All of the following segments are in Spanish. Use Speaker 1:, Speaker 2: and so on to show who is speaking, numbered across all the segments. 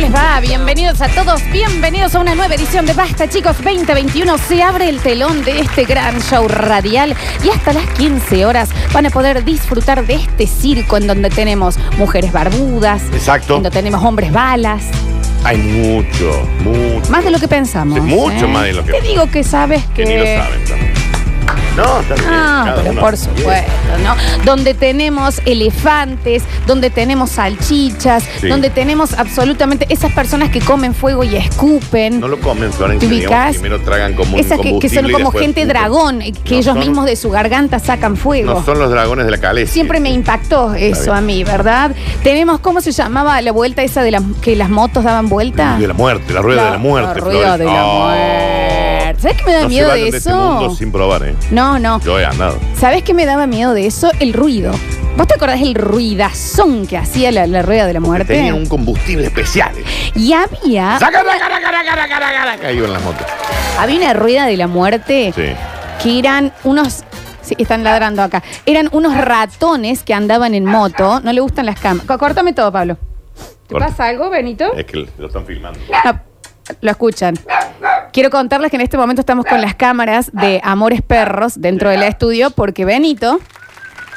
Speaker 1: les va? Bienvenidos a todos, bienvenidos a una nueva edición de Basta, chicos. 2021 se abre el telón de este gran show radial y hasta las 15 horas van a poder disfrutar de este circo en donde tenemos mujeres barbudas,
Speaker 2: Exacto.
Speaker 1: en donde tenemos hombres balas,
Speaker 2: Hay mucho, mucho.
Speaker 1: más de lo que pensamos. ¿eh?
Speaker 2: Sí, mucho más de lo que
Speaker 1: Te digo que sabes que.
Speaker 2: Que ni lo saben. también. No, está bien.
Speaker 1: Ah,
Speaker 2: cada
Speaker 1: pero
Speaker 2: uno
Speaker 1: por
Speaker 2: a su
Speaker 1: supuesto, ¿no? Donde tenemos elefantes, donde tenemos salchichas,
Speaker 2: Sí.
Speaker 1: donde tenemos absolutamente esas personas que comen fuego y escupen.
Speaker 2: No lo comen, Florencia.
Speaker 1: ¿Te
Speaker 2: digamos,
Speaker 1: ubicas?
Speaker 2: Primero tragan como un
Speaker 1: Esas que- que,
Speaker 2: combustible
Speaker 1: son
Speaker 2: y
Speaker 1: como
Speaker 2: después
Speaker 1: gente
Speaker 2: escupen.
Speaker 1: dragón, que
Speaker 2: No
Speaker 1: ellos
Speaker 2: son-
Speaker 1: mismos de su garganta sacan fuego.
Speaker 2: No son los dragones de la caleza.
Speaker 1: Siempre me impactó eso
Speaker 2: bien.
Speaker 1: a mí, ¿verdad? Tenemos, ¿cómo se llamaba la vuelta esa de las que las motos daban vuelta?
Speaker 2: De la muerte, la rueda de la muerte.
Speaker 1: rueda
Speaker 2: Florencia.
Speaker 1: de la
Speaker 2: Oh.
Speaker 1: muerte. ¿Sabes qué me da
Speaker 2: No se
Speaker 1: miedo
Speaker 2: vayan
Speaker 1: de
Speaker 2: de este mundo
Speaker 1: eso?
Speaker 2: sin probar, ¿eh?
Speaker 1: no, no.
Speaker 2: Yo he andado.
Speaker 1: ¿Sabes qué me daba miedo de eso? El ruido. ¿Vos te acordás el ruidazón que hacía la, la rueda de la muerte? Ah.
Speaker 2: Tenían un combustible especial.
Speaker 1: Y había,
Speaker 2: ¡Saca, saca, saca, saca, saca, saca, saca! Ahí iban las motos.
Speaker 1: había una rueda de la muerte
Speaker 2: Sí.
Speaker 1: que eran unos. Sí, están ladrando acá. Eran unos ratones que andaban en moto. No le gustan las cámaras. Co- Córtame todo, Pablo. ¿Te
Speaker 2: Corta. Eh.
Speaker 1: pasa algo, Benito?
Speaker 2: Es que lo están filmando.
Speaker 1: No, lo escuchan. Quiero contarles que en este momento estamos con las cámaras de Amores Perros dentro del estudio porque Benito,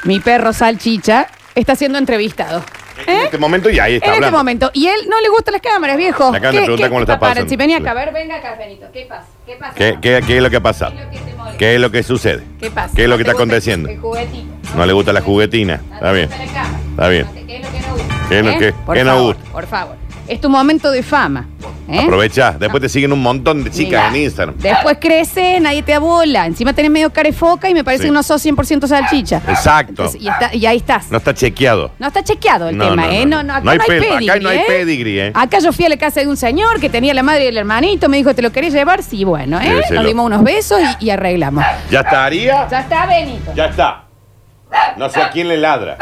Speaker 1: mi perro salchicha, está siendo entrevistado.
Speaker 2: En este momento y ahí está
Speaker 1: ¿Eh? En este
Speaker 2: hablando.
Speaker 1: momento. Y él no le gustan las cámaras, viejo.
Speaker 2: Me acaban de preguntar cómo le está
Speaker 1: paparazzi?
Speaker 2: pasando.
Speaker 1: Vení acá, a ver, venga acá, Benito. ¿Qué pasa? ¿Qué pasa?
Speaker 2: ¿Qué, qué, qué es lo que ha pasado?
Speaker 1: ¿Qué es lo que te molesta?
Speaker 2: ¿Qué es lo que sucede?
Speaker 1: ¿Qué pasa?
Speaker 2: ¿Qué es lo
Speaker 1: ¿No
Speaker 2: que
Speaker 1: te gusta
Speaker 2: está aconteciendo?
Speaker 1: el juguetito?
Speaker 2: No le gusta la juguetina. Está bien.
Speaker 1: No te gusta la cámara.
Speaker 2: Está bien.
Speaker 1: ¿Qué es lo que no gusta?
Speaker 2: ¿Qué es lo
Speaker 1: ¿Eh?
Speaker 2: que-
Speaker 1: Por
Speaker 2: qué no
Speaker 1: favor,
Speaker 2: gusta?
Speaker 1: Por favor. Es tu momento de fama. ¿eh?
Speaker 2: Aprovecha. Después te siguen un montón de chicas
Speaker 1: Mira,
Speaker 2: en Instagram.
Speaker 1: Después crece, nadie te abola. Encima tenés medio carefoca y me parece
Speaker 2: Sí.
Speaker 1: que no sos 100% salchicha.
Speaker 2: Exacto.
Speaker 1: Entonces, y, está- y ahí estás.
Speaker 2: No
Speaker 1: No,
Speaker 2: está chequeado.
Speaker 1: está chequeado el
Speaker 2: No,
Speaker 1: tema,
Speaker 2: no,
Speaker 1: ¿eh? No,
Speaker 2: no,
Speaker 1: no,
Speaker 2: no. No
Speaker 1: acá
Speaker 2: hay
Speaker 1: no hay
Speaker 2: pe-
Speaker 1: pedigrí.
Speaker 2: acá no hay
Speaker 1: ¿eh?
Speaker 2: pedigrí, ¿eh?
Speaker 1: Acá yo fui a la casa de un señor que tenía la madre y el hermanito, me dijo, ¿te lo querés llevar? Sí, bueno, ¿eh?
Speaker 2: Lléveselo.
Speaker 1: Nos dimos unos besos y, y arreglamos.
Speaker 2: ¿Ya estaría?
Speaker 1: Ya está, Benito.
Speaker 2: Ya está. No sé a quién le ladra.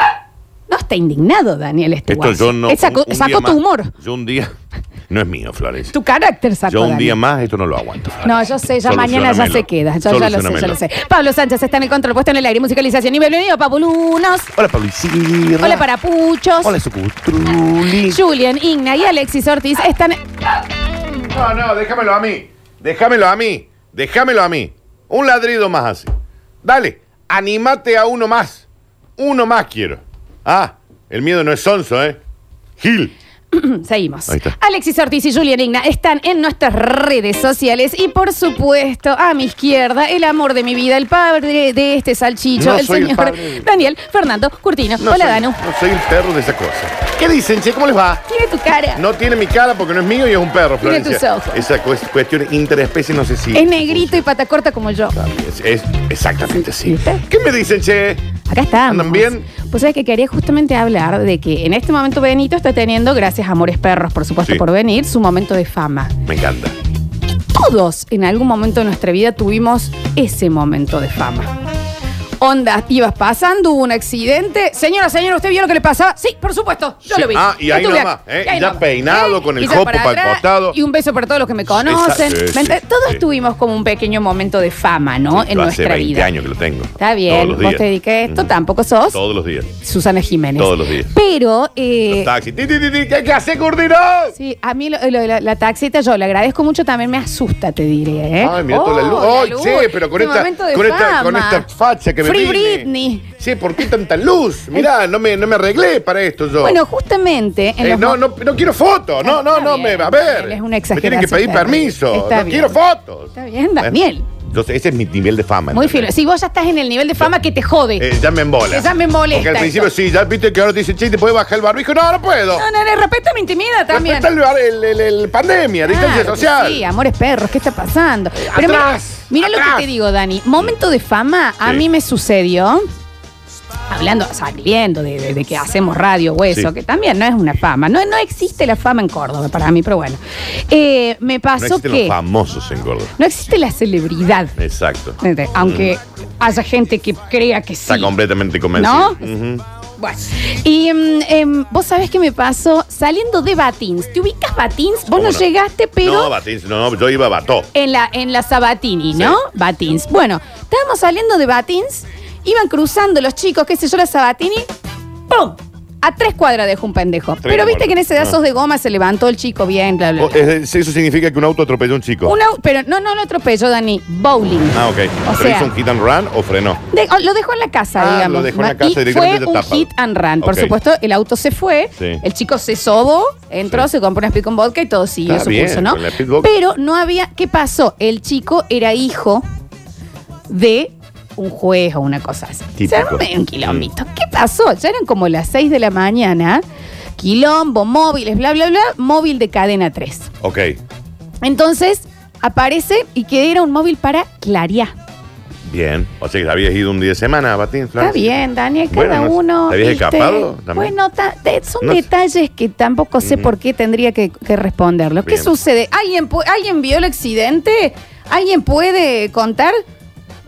Speaker 1: No está indignado, Daniel este
Speaker 2: Esto
Speaker 1: guaso.
Speaker 2: yo no.
Speaker 1: Él sacó,
Speaker 2: un- un
Speaker 1: sacó
Speaker 2: día
Speaker 1: tu
Speaker 2: más-
Speaker 1: humor.
Speaker 2: Yo un día. No es mío, Flores.
Speaker 1: Tu carácter sacó.
Speaker 2: Yo un día
Speaker 1: Daniel.
Speaker 2: más esto no lo aguanto. Florencia.
Speaker 1: No, yo sé, ya mañana ya
Speaker 2: Solucionamelo.
Speaker 1: se queda. Yo ya lo sé, ya
Speaker 2: Solucionamelo.
Speaker 1: lo sé. Pablo Sánchez está en el control, puesto en el aire, musicalización y bienvenido, Papulunos.
Speaker 2: Hola, Pablo Isirra.
Speaker 1: Hola para Puchos.
Speaker 2: Ah. Hola, Sucutruli.
Speaker 1: Julian, Igna y Alexis Ortiz están.
Speaker 2: No, no, déjamelo a mí. Déjamelo a mí. Déjamelo a mí. Un ladrido más así. Dale, animate a uno más. Uno más quiero. Ah, el miedo no es sonso, ¿eh? Gil.
Speaker 1: Seguimos.
Speaker 2: Ahí está.
Speaker 1: Alexis Ortiz y Julian Igna están en nuestras redes sociales y, por supuesto, a mi izquierda, el amor de mi vida, el padre de este salchicho,
Speaker 2: No
Speaker 1: el
Speaker 2: soy el
Speaker 1: señor
Speaker 2: padre.
Speaker 1: Daniel Fernando Curtino.
Speaker 2: No
Speaker 1: Hola,
Speaker 2: soy,
Speaker 1: Danu.
Speaker 2: No soy el perro de esa cosa. ¿Qué dicen, che? ¿Cómo les va?
Speaker 1: Tiene tu cara.
Speaker 2: No tiene mi cara porque no es mío y es un perro,
Speaker 1: Tiene
Speaker 2: Florencia.
Speaker 1: tus ojos.
Speaker 2: Esa cues- cuestión interespecie no sé si...
Speaker 1: Es negrito y pata corta como yo.
Speaker 2: Es, es exactamente así.
Speaker 1: ¿Viste?
Speaker 2: ¿Qué me dicen, che?
Speaker 1: Acá estamos.
Speaker 2: ¿Andan bien?
Speaker 1: Pues sabes que quería justamente hablar de que en este momento Benito está teniendo, gracias a Amores Perros, por supuesto,
Speaker 2: Sí.
Speaker 1: por venir, su momento de fama.
Speaker 2: Me encanta.
Speaker 1: Todos en algún momento de nuestra vida tuvimos ese momento de fama. Onda, ibas pasando, hubo un accidente. Señora, señora, ¿usted vio lo que le pasaba? Sí, por supuesto, yo
Speaker 2: Sí.
Speaker 1: lo vi.
Speaker 2: Ah, y ahí
Speaker 1: Estuve
Speaker 2: nomás,
Speaker 1: acá.
Speaker 2: ¿eh?
Speaker 1: Y ahí
Speaker 2: Ya
Speaker 1: nomás.
Speaker 2: peinado, con el
Speaker 1: Y ya
Speaker 2: jopo para el
Speaker 1: atrás,
Speaker 2: costado.
Speaker 1: Y un beso para todos los que me conocen.
Speaker 2: Exacto. Sí,
Speaker 1: ¿Me entiendes?
Speaker 2: sí,
Speaker 1: Todos
Speaker 2: sí.
Speaker 1: tuvimos como un pequeño momento de fama, ¿no?
Speaker 2: Sí,
Speaker 1: en
Speaker 2: yo
Speaker 1: nuestra
Speaker 2: hace 20
Speaker 1: vida.
Speaker 2: años que lo tengo.
Speaker 1: Está
Speaker 2: Todos
Speaker 1: bien,
Speaker 2: los
Speaker 1: vos
Speaker 2: días.
Speaker 1: te dediques a esto,
Speaker 2: Mm.
Speaker 1: tampoco sos
Speaker 2: Todos los días.
Speaker 1: Susana Jiménez.
Speaker 2: Todos los días.
Speaker 1: Pero, eh,
Speaker 2: Los taxis. Ti, ti, ti, ti, ¿Qué hay que hacer, Gordino?
Speaker 1: sí, a mí lo- lo de la, la taxita yo le agradezco mucho, también me asusta, te diré. ¿eh?
Speaker 2: Ay, mira
Speaker 1: Oh,
Speaker 2: toda la luz. Ay, che, pero con
Speaker 1: Qué
Speaker 2: esta,
Speaker 1: momento de
Speaker 2: con, esta,
Speaker 1: fama.
Speaker 2: con esta facha que me
Speaker 1: Free
Speaker 2: vine.
Speaker 1: Britney.
Speaker 2: Sí, ¿por qué tanta luz? Mirá, no me, no me arreglé para esto yo.
Speaker 1: Bueno, justamente. en
Speaker 2: Eh,
Speaker 1: los
Speaker 2: no,
Speaker 1: mo-
Speaker 2: no, no quiero fotos. No, no,
Speaker 1: Está
Speaker 2: no,
Speaker 1: bien,
Speaker 2: me, a ver.
Speaker 1: Daniel, es una
Speaker 2: Me tienen que
Speaker 1: exageración
Speaker 2: pedir
Speaker 1: terrible.
Speaker 2: permiso.
Speaker 1: Está
Speaker 2: no
Speaker 1: bien.
Speaker 2: quiero fotos.
Speaker 1: Está bien, Daniel.
Speaker 2: Entonces, ese es mi nivel de fama.
Speaker 1: Muy fiel.
Speaker 2: ¿entendés?
Speaker 1: Si vos ya estás en el nivel de fama que te jode.
Speaker 2: Eh, ya me embola.
Speaker 1: Ya me molesta
Speaker 2: Porque al principio
Speaker 1: esto.
Speaker 2: sí, ya viste que ahora te dicen, che, ¿te puedes bajar el barbijo? No, no puedo.
Speaker 1: no, no, no, respeta mi intimidad también.
Speaker 2: Respeta el, bar- el, el- el pandemia, distancia
Speaker 1: Claro que
Speaker 2: social. Eh,
Speaker 1: Sí, amores perros, ¿qué está pasando?
Speaker 2: atrás,
Speaker 1: mira lo
Speaker 2: atrás.
Speaker 1: que te digo, Dani. Momento de fama a
Speaker 2: Sí.
Speaker 1: mí me sucedió. Hablando, saliendo de, de- de que hacemos radio o eso,
Speaker 2: Sí.
Speaker 1: que también no es una fama. No, no existe la fama en Córdoba para mí, pero bueno. Eh, me
Speaker 2: no
Speaker 1: pasó
Speaker 2: existen
Speaker 1: que
Speaker 2: los famosos en Córdoba.
Speaker 1: no existe la celebridad.
Speaker 2: Exacto.
Speaker 1: ¿entendés? Aunque haya gente que crea que sí.
Speaker 2: Está completamente convencido.
Speaker 1: ¿No?
Speaker 2: Ujú.
Speaker 1: Bueno. Y mm, em, vos sabés qué me pasó saliendo de Batins. ¿Te ubicas Batins? Vos
Speaker 2: ¿Cómo
Speaker 1: no,
Speaker 2: no?
Speaker 1: llegaste, pero.
Speaker 2: No, Batins, no, no, yo iba a Bató.
Speaker 1: En la, en la Sabatini, ¿no?
Speaker 2: Sí.
Speaker 1: Batins. Bueno, estábamos saliendo de Batins, iban cruzando los chicos, qué sé yo, la Sabatini. ¡Pum! A tres cuadras dejó un pendejo. Pero viste
Speaker 2: cuadras.
Speaker 1: que en ese
Speaker 2: Ah. eh.
Speaker 1: dazos de goma se levantó el chico bien, bla, bla,
Speaker 2: O-
Speaker 1: bla.
Speaker 2: Oh, es- Eso significa que un auto atropelló a un chico.
Speaker 1: Un au- pero no, no lo atropelló, Dani. Bowling.
Speaker 2: Ah,
Speaker 1: O
Speaker 2: ok. ¿Pero
Speaker 1: sea,
Speaker 2: hizo un hit and run o frenó?
Speaker 1: de- o- lo dejó en la casa,
Speaker 2: Ah,
Speaker 1: digamos.
Speaker 2: lo dejó en la
Speaker 1: Ma-
Speaker 2: casa
Speaker 1: y
Speaker 2: directamente
Speaker 1: fue un
Speaker 2: tapado.
Speaker 1: hit and run. Por
Speaker 2: Ok.
Speaker 1: supuesto, el auto se fue.
Speaker 2: Sí.
Speaker 1: El chico se sobó, entró,
Speaker 2: Sí.
Speaker 1: se compró una speed con vodka y todo siguió
Speaker 2: Está
Speaker 1: su
Speaker 2: bien,
Speaker 1: curso, ¿no?
Speaker 2: con la Speed Vodka.
Speaker 1: Pero no había. ¿Qué pasó? El chico era hijo de un juez o una cosa así.
Speaker 2: Típico. Mm.
Speaker 1: Se armó medio un kilomito. ¿Qué pasó? Ya eran como las 6 de la mañana. Quilombo, móviles, bla, bla, bla. Móvil de cadena 3.
Speaker 2: Ok.
Speaker 1: Entonces aparece y que era un móvil para clarear.
Speaker 2: Bien. O sea que habías ido un día de semana a Batín,
Speaker 1: Está
Speaker 2: Florencia.
Speaker 1: bien, Daniel,
Speaker 2: Bueno,
Speaker 1: cada
Speaker 2: no sé.
Speaker 1: uno.
Speaker 2: ¿Te habías
Speaker 1: ¿viste?
Speaker 2: escapado también?
Speaker 1: Bueno, ta- te- son
Speaker 2: No sé.
Speaker 1: detalles que tampoco sé por qué tendría que, que responderlo. ¿Qué
Speaker 2: Bien.
Speaker 1: sucede? ¿Alguien, pu- ¿Alguien vio el accidente? ¿Alguien puede contar?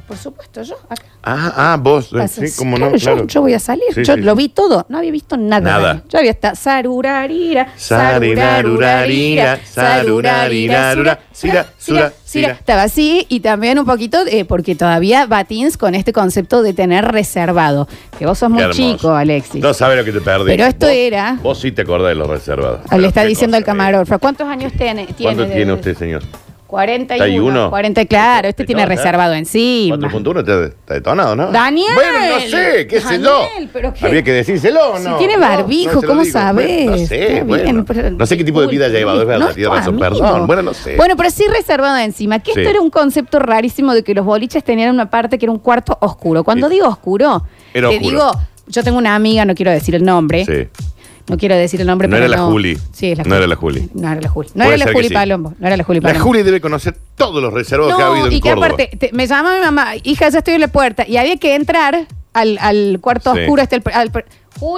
Speaker 1: Por supuesto, yo. acá.
Speaker 2: Ah, ah, vos. eh,
Speaker 1: Pasa-
Speaker 2: Sí, como
Speaker 1: claro,
Speaker 2: no.
Speaker 1: yo- Yo,
Speaker 2: Claro.
Speaker 1: voy a salir.
Speaker 2: Sí,
Speaker 1: yo
Speaker 2: sí,
Speaker 1: lo
Speaker 2: sí.
Speaker 1: vi todo. No había visto nada.
Speaker 2: Nada.
Speaker 1: Dani. Yo había estado. Sarurarira.
Speaker 2: Sarirarurarira,
Speaker 1: Sarurarira. Sarurarira.
Speaker 2: sarurarirarura,
Speaker 1: Sira, sira, sira.
Speaker 2: sira.
Speaker 1: Estaba así y también un poquito, eh, porque todavía Batins con este concepto de tener reservado. Que vos sos muy
Speaker 2: Qué hermoso.
Speaker 1: chico, Alexis.
Speaker 2: No sabes lo que te perdí.
Speaker 1: Pero esto
Speaker 2: Vos-
Speaker 1: era-
Speaker 2: Vos sí te acordás de los reservados.
Speaker 1: Ah, Le está
Speaker 2: Pero qué
Speaker 1: diciendo al
Speaker 2: cosa, eh.
Speaker 1: camarógrafo. ¿Cuántos años tiene?
Speaker 2: ¿Cuánto
Speaker 1: de-
Speaker 2: tiene usted, señor?
Speaker 1: 41.
Speaker 2: 41.
Speaker 1: 40, claro, este
Speaker 2: Te
Speaker 1: tiene
Speaker 2: toca.
Speaker 1: reservado encima.
Speaker 2: 4.1 está, está detonado, ¿no?
Speaker 1: Daniel.
Speaker 2: Bueno, no sé, qué sé yo.
Speaker 1: Daniel, pero qué-
Speaker 2: Había que decírselo, ¿o ¿no?
Speaker 1: Si tiene
Speaker 2: No,
Speaker 1: barbijo,
Speaker 2: se lo
Speaker 1: ¿cómo
Speaker 2: digo.
Speaker 1: sabes?
Speaker 2: Bueno, no sé,
Speaker 1: Está bien,
Speaker 2: bueno.
Speaker 1: pero-
Speaker 2: no sé qué tipo de vida ha llevado, es verdad,
Speaker 1: No
Speaker 2: tiene
Speaker 1: tu
Speaker 2: razón,
Speaker 1: amigo.
Speaker 2: perdón. Bueno, no sé.
Speaker 1: Bueno, pero sí reservado encima, que
Speaker 2: Sí.
Speaker 1: esto era un concepto rarísimo de que los boliches tenían una parte que era un cuarto oscuro. Cuando
Speaker 2: Sí.
Speaker 1: digo oscuro,
Speaker 2: Era
Speaker 1: te
Speaker 2: oscuro.
Speaker 1: digo, yo tengo una amiga, no quiero decir el nombre,
Speaker 2: Sí.
Speaker 1: no quiero decir el nombre,
Speaker 2: No
Speaker 1: pero
Speaker 2: era la Juli.
Speaker 1: Sí, es la
Speaker 2: No era la Juli.
Speaker 1: No era la Juli. No
Speaker 2: Puede
Speaker 1: era la
Speaker 2: ser que
Speaker 1: Juli
Speaker 2: sí.
Speaker 1: Palombo, no era la Juli
Speaker 2: La
Speaker 1: Palombo.
Speaker 2: Juli debe conocer todos los reservados que ha habido en
Speaker 1: y que
Speaker 2: Córdoba.
Speaker 1: aparte, te- me llama mi mamá, hija, ya estoy en la puerta. Y había que entrar al, al cuarto
Speaker 2: Sí.
Speaker 1: oscuro hasta el... al pr-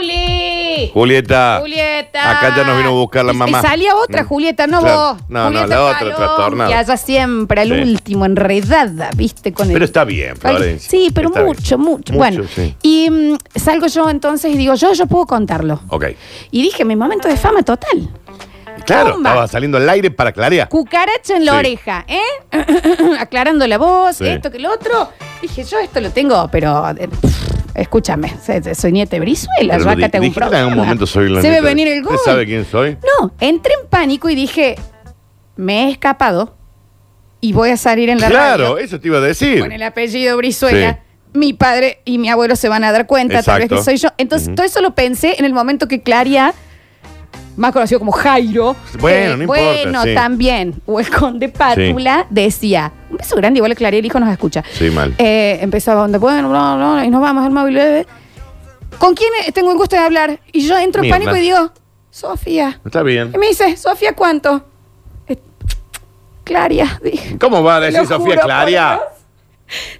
Speaker 1: ¡Juli!
Speaker 2: Julieta.
Speaker 1: Julieta.
Speaker 2: Ah,
Speaker 1: Eh,
Speaker 2: Acá ya nos vino a buscar la
Speaker 1: Y-
Speaker 2: mamá. Mm.
Speaker 1: Y salía otra, Julieta, no
Speaker 2: Claro.
Speaker 1: vos.
Speaker 2: No, no,
Speaker 1: Julieta
Speaker 2: la otra,
Speaker 1: Palom,
Speaker 2: trastornada.
Speaker 1: Que allá siempre, al
Speaker 2: Sí.
Speaker 1: último, enredada, viste, con el.
Speaker 2: Pero está bien,
Speaker 1: Ay,
Speaker 2: Florencia.
Speaker 1: Sí, pero
Speaker 2: Está bien.
Speaker 1: mucho, mucho,
Speaker 2: Mucho,
Speaker 1: Bueno,
Speaker 2: sí.
Speaker 1: y mm, salgo yo entonces y digo, yo, yo puedo contarlo.
Speaker 2: Ok.
Speaker 1: Y dije, mi momento de fama total.
Speaker 2: Claro,
Speaker 1: Bomba.
Speaker 2: estaba saliendo al aire para clarear.
Speaker 1: Cucaracha en la
Speaker 2: Sí.
Speaker 1: oreja, ¿eh? Aclarando la voz,
Speaker 2: Sí.
Speaker 1: esto que lo otro. Dije, yo esto lo tengo, pero. eh, pff, Escúchame, soy- soy nieta de Brizuela,
Speaker 2: Pero
Speaker 1: yo
Speaker 2: lo
Speaker 1: acá
Speaker 2: di-
Speaker 1: tengo un
Speaker 2: dijiste en
Speaker 1: problema.
Speaker 2: algún momento soy la
Speaker 1: Se ve
Speaker 2: neta de-
Speaker 1: venir el
Speaker 2: ¿Usted
Speaker 1: gol.
Speaker 2: sabe quién soy?
Speaker 1: No, entré en pánico y dije, me he escapado y voy a salir en la
Speaker 2: Claro,
Speaker 1: radio
Speaker 2: eso te iba a decir.
Speaker 1: con el apellido Brizuela.
Speaker 2: Sí.
Speaker 1: Mi padre y mi abuelo se van a dar cuenta, tal vez
Speaker 2: Exacto.
Speaker 1: que soy yo. Entonces,
Speaker 2: Ujú.
Speaker 1: todo eso lo pensé en el momento que Claria, más conocido como Jairo,
Speaker 2: Bueno, no importa,
Speaker 1: bueno,
Speaker 2: sí.
Speaker 1: también, o el conde Pátula, decía, un beso grande, igual Claria, el hijo nos escucha.
Speaker 2: Sí, mal.
Speaker 1: Eh, empezaba donde, bueno, bla, bla, bla, y nos vamos al móvil. eh. ¿Con quién eh, tengo el gusto de hablar? Y yo entro en
Speaker 2: Mirna.
Speaker 1: pánico y digo, Sofía.
Speaker 2: Está bien.
Speaker 1: Y me dice, Sofía, ¿cuánto? Eh, Claria, dije.
Speaker 2: ¿Cómo va a
Speaker 1: Te
Speaker 2: decir
Speaker 1: lo
Speaker 2: Sofía
Speaker 1: juro,
Speaker 2: Claria?
Speaker 1: por Dios.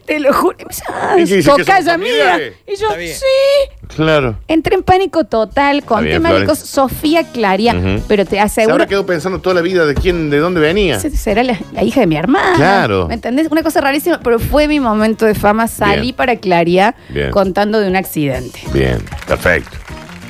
Speaker 1: Te lo juro. Y me dice, ah,
Speaker 2: ¿Y qué dice, que
Speaker 1: tocaya
Speaker 2: somos
Speaker 1: mía.
Speaker 2: familiares?
Speaker 1: Y yo,
Speaker 3: Está bien.
Speaker 1: sí.
Speaker 2: Claro.
Speaker 1: Entré en pánico total, con
Speaker 2: bien,
Speaker 1: temas de
Speaker 2: Florencia.
Speaker 1: cosas. Sofía Claria,
Speaker 2: Ujú.
Speaker 1: pero te
Speaker 2: Se
Speaker 1: aseguro
Speaker 2: habrá quedado pensando toda la vida de quién, de dónde venía.
Speaker 1: se- será la, la hija de mi hermana.
Speaker 2: Claro.
Speaker 1: ¿Me entendés? Una cosa rarísima, pero fue mi momento de fama. Salí
Speaker 2: Bien.
Speaker 1: para Claria
Speaker 2: Bien.
Speaker 1: contando de un accidente.
Speaker 2: Bien, perfecto.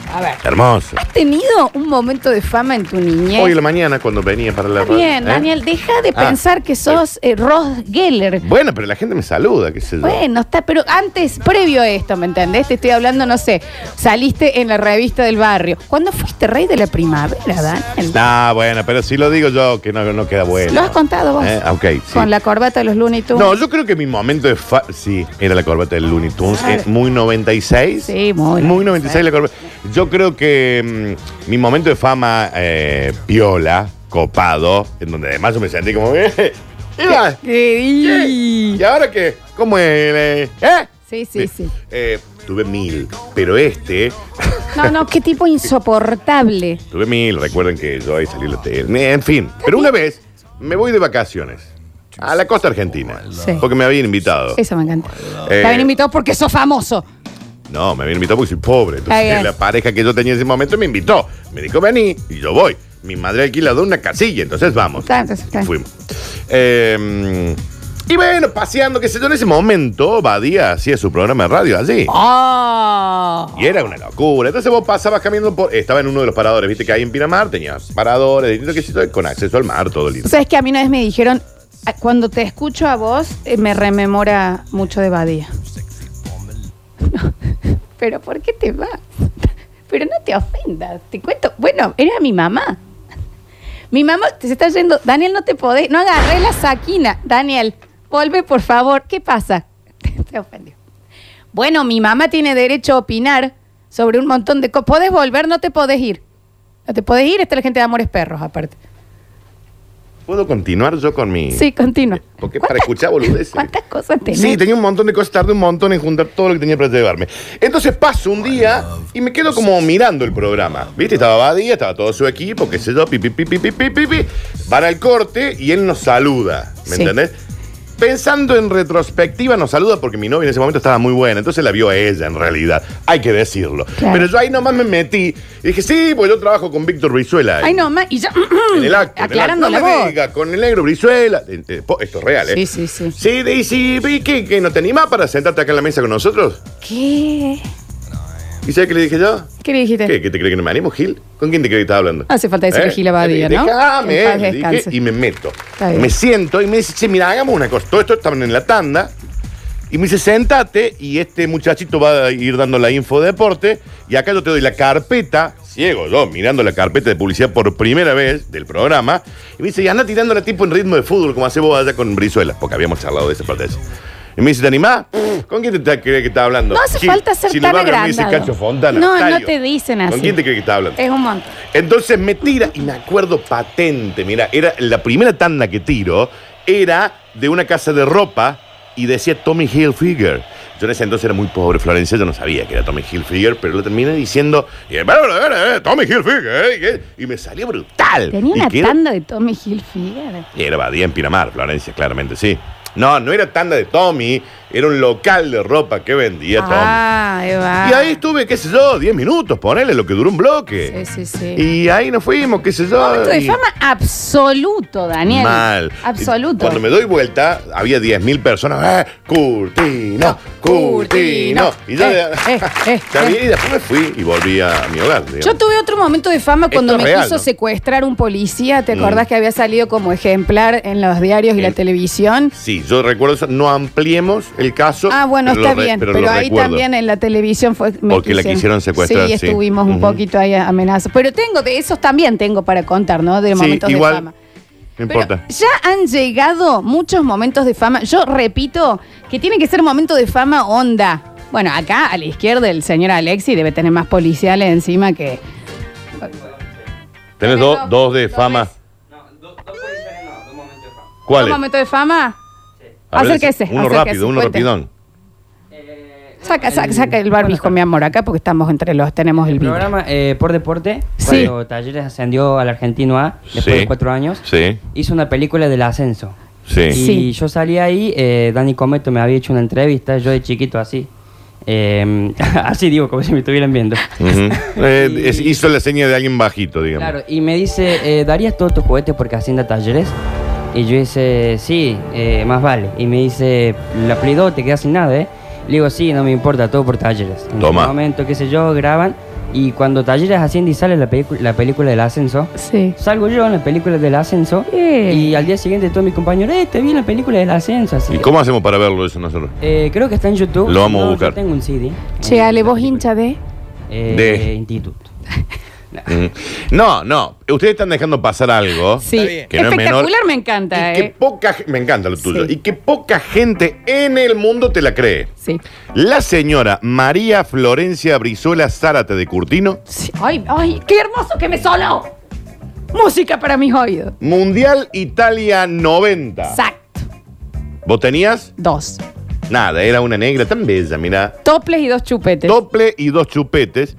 Speaker 1: A ver.
Speaker 2: Hermoso.
Speaker 1: ¿Has tenido un momento de fama en tu niñez?
Speaker 2: Hoy en la mañana cuando venía para la
Speaker 1: Está bien,
Speaker 2: ¿eh?
Speaker 1: Daniel, deja de
Speaker 2: Ah,
Speaker 1: pensar que sos eh, Ross Geller.
Speaker 2: Bueno, pero la gente me saluda, qué sé yo.
Speaker 1: Bueno, está, pero antes, previo a esto, ¿me entendés? Te estoy hablando, no sé, saliste en la revista del barrio. ¿Cuándo fuiste rey de la primavera, Daniel?
Speaker 2: Ah, bueno, pero si lo digo yo, que no, no queda bueno.
Speaker 1: Lo has contado vos.
Speaker 2: Eh, ok, sí.
Speaker 1: Con la corbata de los Looney Tunes.
Speaker 2: No, yo creo que mi momento de fa sí, era la corbata del Looney Tunes,
Speaker 1: Claro.
Speaker 2: eh, muy 96.
Speaker 1: Sí, muy
Speaker 2: Muy 96 la corbata. Yo creo que mm, mi momento de fama eh, piola, copado, en donde además yo me sentí como, eh, iba, eh, ¿Y
Speaker 1: Sí,
Speaker 2: ahora qué? ¿Cómo es? eh? ¿Eh?
Speaker 1: sí, sí.
Speaker 2: Eh, tuve mil, pero este,
Speaker 1: No, no, qué tipo insoportable.
Speaker 2: tuve mil, recuerden que yo ahí salí en la tele. En fin, pero una vez me voy de vacaciones a la costa argentina,
Speaker 1: Sí.
Speaker 2: porque me habían invitado.
Speaker 1: Eso me encanta.
Speaker 2: Eh,
Speaker 1: Te habían invitado porque sos famoso.
Speaker 2: No, me habían invitado porque soy pobre.
Speaker 1: Ahí va.
Speaker 2: Entonces, la pareja que yo tenía en ese momento me invitó. Me dijo, vení, y yo voy. Mi madre ha alquilado una casilla, entonces vamos.
Speaker 1: Está, está, está.
Speaker 2: Y Fuimos. Eh, y bueno, paseando, qué sé yo, en ese momento, Badía hacía su programa de radio allí.
Speaker 1: ¡Oh!
Speaker 2: Y era una locura. Entonces vos pasabas caminando por. Estaba en uno de los paradores, viste que hay en Pinamar, tenías paradores, distintos que sé yo, con acceso al mar, todo lindo.
Speaker 1: ¿Sabes que a mí una vez me dijeron, "Ah, cuando te escucho a vos, eh, me rememora mucho de Badía? Pero ¿por qué te vas? Pero no te ofendas, te cuento. Bueno, era mi mamá. Mi mamá se está yendo. Daniel, no te podés. No agarré la saquina. Daniel, vuelve, por favor. ¿Qué pasa? te ofendió. Bueno, mi mamá tiene derecho a opinar sobre un montón de cosas. Podés volver, no te podés ir. No te podés ir, está la gente de Amores Perros, aparte.
Speaker 2: ¿Puedo continuar yo con mi...?
Speaker 1: Sí, continúa.
Speaker 2: Porque para escuchar boludeces.
Speaker 1: ¿Cuántas cosas tenés?
Speaker 2: Sí, tenía un montón de cosas, tardé un montón en juntar todo lo que tenía para llevarme. Entonces paso un día y me quedo como mirando el programa. ¿Viste? Estaba Badía, estaba todo su equipo, qué sé yo, pi, pi, pi, pi, pi, pi, pi, pi. Van al corte y él nos saluda, ¿me
Speaker 1: Sí.
Speaker 2: entendés? Pensando en retrospectiva, nos saluda porque mi novia en ese momento estaba muy buena, entonces la vio a ella en realidad, hay que decirlo.
Speaker 1: Claro.
Speaker 2: Pero yo ahí nomás me metí y dije, sí, pues yo trabajo con Víctor Brizuela.
Speaker 1: Ay, no, ma. Y yo.
Speaker 2: En el acto. en el acto.
Speaker 1: Aclarando
Speaker 2: No
Speaker 1: la
Speaker 2: me
Speaker 1: voz.
Speaker 2: diga, con el negro Brizuela. Eh, eh, po- Esto es real, ¿eh?
Speaker 1: Sí, sí, sí.
Speaker 2: Sí, Daisy, ¿y qué? ¿Que no te animás para sentarte acá en la mesa con nosotros?
Speaker 1: ¿Qué?
Speaker 2: ¿Y sabes qué le dije yo?
Speaker 1: ¿Qué le dijiste?
Speaker 2: ¿Qué? ¿Que te crees que no me animo, Gil? ¿Con quién te crees que estás hablando? ¿Eh?
Speaker 1: Hace falta decirle Gil Abadía, ¿no?
Speaker 2: Déjame,
Speaker 1: En paz
Speaker 2: le dije,
Speaker 1: descanse.
Speaker 2: y me meto.
Speaker 1: Está bien.
Speaker 2: Me siento y me dice, che, mira, hagamos una cosa. Todo esto estaban en la tanda. Y me dice, sentate y este muchachito va a ir dando la info de deporte. Y acá yo te doy la carpeta, ciego yo, mirando la carpeta de publicidad por primera vez del programa. Y me dice, y anda tirándola tipo en ritmo de fútbol, como hace vos allá con Brizuela, porque habíamos charlado de esa parte. Y me dice, ¿te animás? ¿Con quién te ta- crees que estás hablando?
Speaker 1: No hace
Speaker 2: Gil,
Speaker 1: falta ser
Speaker 2: si en el
Speaker 1: tan
Speaker 2: barrio me dice
Speaker 1: agrandado.
Speaker 2: Cacho Fontana,
Speaker 1: No,
Speaker 2: Tario.
Speaker 1: no te dicen así.
Speaker 2: ¿Con quién te crees que estás hablando?
Speaker 1: Es un montón.
Speaker 2: Entonces me tira y me acuerdo patente, mira, era la primera tanda que tiro era de una casa de ropa y decía Tommy Hilfiger. Yo en ese entonces era muy pobre, Florencia, yo no sabía que era Tommy Hilfiger, pero lo terminé diciendo y, eh, Tommy Hilfiger y me salió brutal.
Speaker 1: Tenía
Speaker 2: Y
Speaker 1: una
Speaker 2: que era-
Speaker 1: tanda de Tommy Hilfiger.
Speaker 2: y era Badía en Pinamar, Florencia, claramente, sí. No, no era tanda de Tommy, era un local de ropa que vendía Tommy.
Speaker 1: Ah, ahí va.
Speaker 2: Y ahí estuve, qué sé yo, 10 minutos, ponele lo que duró un bloque.
Speaker 1: Sí, sí, sí.
Speaker 2: Y ahí nos fuimos, qué sé yo.
Speaker 1: Momento de
Speaker 2: y-
Speaker 1: fama absoluto, Daniel.
Speaker 2: Mal.
Speaker 1: Absoluto.
Speaker 2: Cuando me doy vuelta, había 10.000 personas. ¡Eh! ¡Curtino! ¡Curtino! Y yo.
Speaker 1: Eh, eh, eh,
Speaker 2: Ya
Speaker 1: eh.
Speaker 2: vi, y después me fui y volví a mi hogar. digamos.
Speaker 1: Yo tuve otro momento de fama cuando
Speaker 2: Esto es
Speaker 1: me
Speaker 2: real,
Speaker 1: quiso
Speaker 2: ¿no?
Speaker 1: secuestrar un policía. ¿Te acordás
Speaker 2: Mm.
Speaker 1: que había salido como ejemplar en los diarios y
Speaker 2: En-
Speaker 1: la televisión?
Speaker 2: Sí, yo recuerdo eso. No ampliemos el caso.
Speaker 1: Ah, bueno,
Speaker 2: pero
Speaker 1: está
Speaker 2: lo re-
Speaker 1: bien, pero,
Speaker 2: lo
Speaker 1: ahí
Speaker 2: recuerdo.
Speaker 1: también en la televisión fue... me
Speaker 2: Porque la quisieron secuestrar,
Speaker 1: Sí,
Speaker 2: sí.
Speaker 1: estuvimos un
Speaker 2: Ujú.
Speaker 1: poquito ahí amenazas. Pero tengo, de esos también tengo para contar, ¿no? De
Speaker 2: Sí,
Speaker 1: momentos
Speaker 2: igual,
Speaker 1: de fama.
Speaker 2: No
Speaker 1: Pero
Speaker 2: importa.
Speaker 1: ya han llegado muchos momentos de fama. Yo repito que tiene que ser momento de fama onda. Bueno, acá a la izquierda el señor Alexi debe tener más policiales encima que...
Speaker 2: Tenés do-
Speaker 1: dos-
Speaker 2: dos de
Speaker 1: dos
Speaker 2: fama.
Speaker 1: veces.
Speaker 3: No, do- dos policiales no, dos momentos de fama.
Speaker 1: ¿Un
Speaker 2: ¿Cuáles?
Speaker 1: momento de fama?
Speaker 2: A ver,
Speaker 1: acérquese,
Speaker 2: Uno
Speaker 1: acérquese,
Speaker 2: rápido, uno
Speaker 1: cuente.
Speaker 2: rapidón.
Speaker 3: Eh,
Speaker 1: Saca,
Speaker 3: bueno,
Speaker 1: saca, saca el barbijo, mi amor, acá porque estamos entre los, tenemos el
Speaker 3: El
Speaker 1: vino.
Speaker 3: programa eh, por deporte,
Speaker 1: Sí.
Speaker 3: cuando Talleres ascendió al argentino A después
Speaker 2: Sí.
Speaker 3: de cuatro años,
Speaker 2: Sí.
Speaker 3: hizo una película del ascenso.
Speaker 2: Sí.
Speaker 3: Y
Speaker 1: Sí.
Speaker 3: yo salí ahí, eh, Dani Cometo me había hecho una entrevista, yo de chiquito así. Eh, así digo, como si me estuvieran viendo.
Speaker 2: Ujú. Eh,
Speaker 3: Y-
Speaker 2: es- hizo la seña de alguien bajito, digamos.
Speaker 3: Claro, y me dice, eh, ¿darías todos tus juguetes porque Hacienda Talleres? Y yo dice, sí, eh, más vale. Y me dice, la Play 2 te quedas sin nada, ¿eh? Le digo, sí, no me importa, todo por Talleres. En
Speaker 2: Toma.
Speaker 3: ese momento, qué sé yo, graban. Y cuando Talleres Hacienda y sale la, pelicu- la película del ascenso,
Speaker 1: Sí.
Speaker 3: salgo yo en la película del ascenso.
Speaker 1: Bien.
Speaker 3: Y al día siguiente todos mis compañeros, eh, te vi en la película del ascenso. Así
Speaker 2: ¿Y
Speaker 3: que,
Speaker 2: cómo hacemos para verlo eso nosotros?
Speaker 3: eh, creo que está en YouTube.
Speaker 2: Lo vamos a
Speaker 3: No, yo
Speaker 2: buscar.
Speaker 3: tengo un CD.
Speaker 1: Che, Ale, vos hincha de...
Speaker 3: Eh,
Speaker 2: De-
Speaker 3: Instituto.
Speaker 2: Ujú. No, no. Ustedes están dejando pasar algo.
Speaker 1: Sí,
Speaker 2: Que no es
Speaker 1: espectacular,
Speaker 2: menor.
Speaker 1: me encanta,
Speaker 2: y que
Speaker 1: ¿eh?
Speaker 2: poca ge- me encanta lo tuyo
Speaker 1: Sí.
Speaker 2: y que poca gente en el mundo te la cree.
Speaker 1: Sí.
Speaker 2: La señora María Florencia Brizuela Zárate de Curtino,
Speaker 1: Sí. Ay, ay, qué hermoso que me sonó. Música para mis oídos.
Speaker 2: Mundial Italia 90.
Speaker 1: Exacto.
Speaker 2: ¿Vos tenías?
Speaker 1: Dos.
Speaker 2: Nada, era una negra tan bella, mira.
Speaker 1: Toples y dos chupetes.
Speaker 2: Doble y dos chupetes.